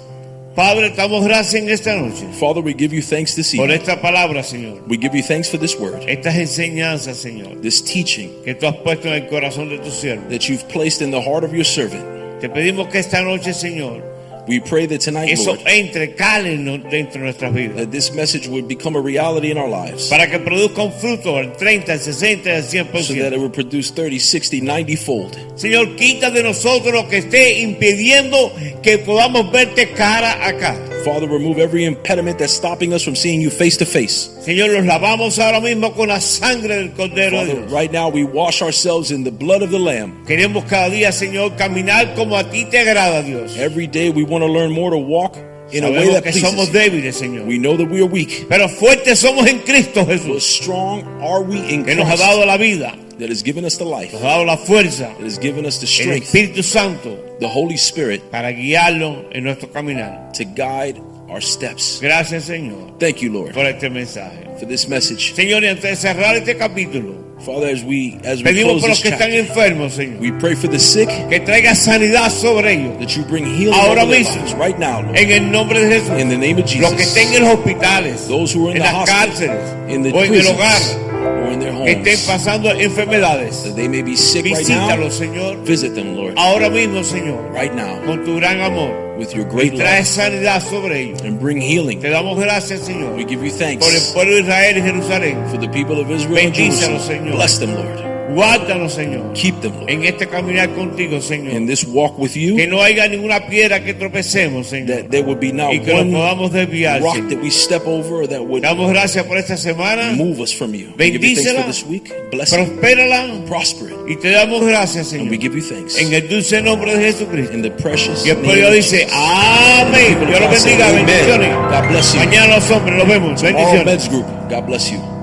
Padre, te damos gracias en esta noche
Father, we give you thanks this
por
evening.
esta palabra, Señor.
We give you thanks for this word,
Estas enseñanzas, Señor,
this teaching
que tú has puesto en el corazón de tu siervo.
that you've placed in the heart of your servant.
Te pedimos que esta noche, Señor,
We pray that tonight,
eso
Lord,
entre, cale en no- dentro de nuestras vidas.
that this message would become a reality in our lives.
Para que produzca un fruto al 30, al 60, al
so that
100%.
it would produce 30, 60, 90 fold.
Señor, quita de nosotros lo que esté impidiendo que podamos verte cara a cara.
Father, remove every impediment that's stopping us from seeing you face to face.
Señor, los lavamos ahora mismo con la sangre del Cordero de
Father,
Dios.
right now we wash ourselves in the blood of the Lamb.
Queremos cada día, Señor, caminar como a ti te agrada, Dios.
Every day we want to learn more to walk in a way
Sabemos
that
que
pleases
somos
you.
débiles, Señor.
We know that we are weak,
Pero fuertes somos en Cristo
but
Jesús,
strong are we in
que nos ha
Christ
dado la vida,
that has given us the life,
nos ha dado la fuerza,
that has given us the
el
strength,
Espíritu Santo,
the Holy Spirit
para guiarlo en nuestro caminar.
to guide our steps.
Gracias, Señor,
Thank you, Lord,
por este mensaje.
for this message.
Señor, y antes de cerrar este capítulo,
Father, as we as we close
pedimos por
this
los que están
chapter,
enfermos, Señor,
we pray for the sick
que traiga sanidad sobre ellos,
that you bring healing
Ahora
over their
mismo.
lives right now, Lord.
en el nombre de Jesús.
In the name of Jesus.
Los que estén en los hospitales,
Those who are in
en
the
las
hospital,
cárceles,
in the
o en el
prisons,
hogar,
or in their
que estén
homes,
pasando enfermedades,
that they may be sick right now.
visítalos, Ah. Señor,
Visit them, Lord,
ahora mismo, Señor,
right now,
con tu gran amor.
with your
y
great
trae
love,
sanidad sobre ellos.
and bring healing.
Te damos gracias,
We
Señor,
give you
por el
thanks
pueblo de Israel y Jerusalén.
for the people of Israel and
Bendícelos,
Jerusalem.
Señor.
Bless them, Lord.
Guárdanos, Señor,
Keep them, Lord.
en este caminar contigo,
In
Señor.
this walk with
Que
you,
no haya ninguna piedra que tropecemos, Señor,
that there would be not
y que nos
one
podamos desviar.
rock
Señor.
that we step over that would
Damos gracias por esta semana.
move us from you. We give you thanks for
Bendícela.
this week. Bless it,
Prospérala
prosper it,
y te damos gracias,
and we
Señor,
give you thanks.
en el dulce nombre de Jesucristo.
In the precious
Y el
name
pueblo
of
dice,
Jesus.
amén. Dios los bendiga,
Amen.
bendiciones.
God bless you.
Mañana los hombres, los vemos.
All
Bendiciones.
Meds Group, God bless you.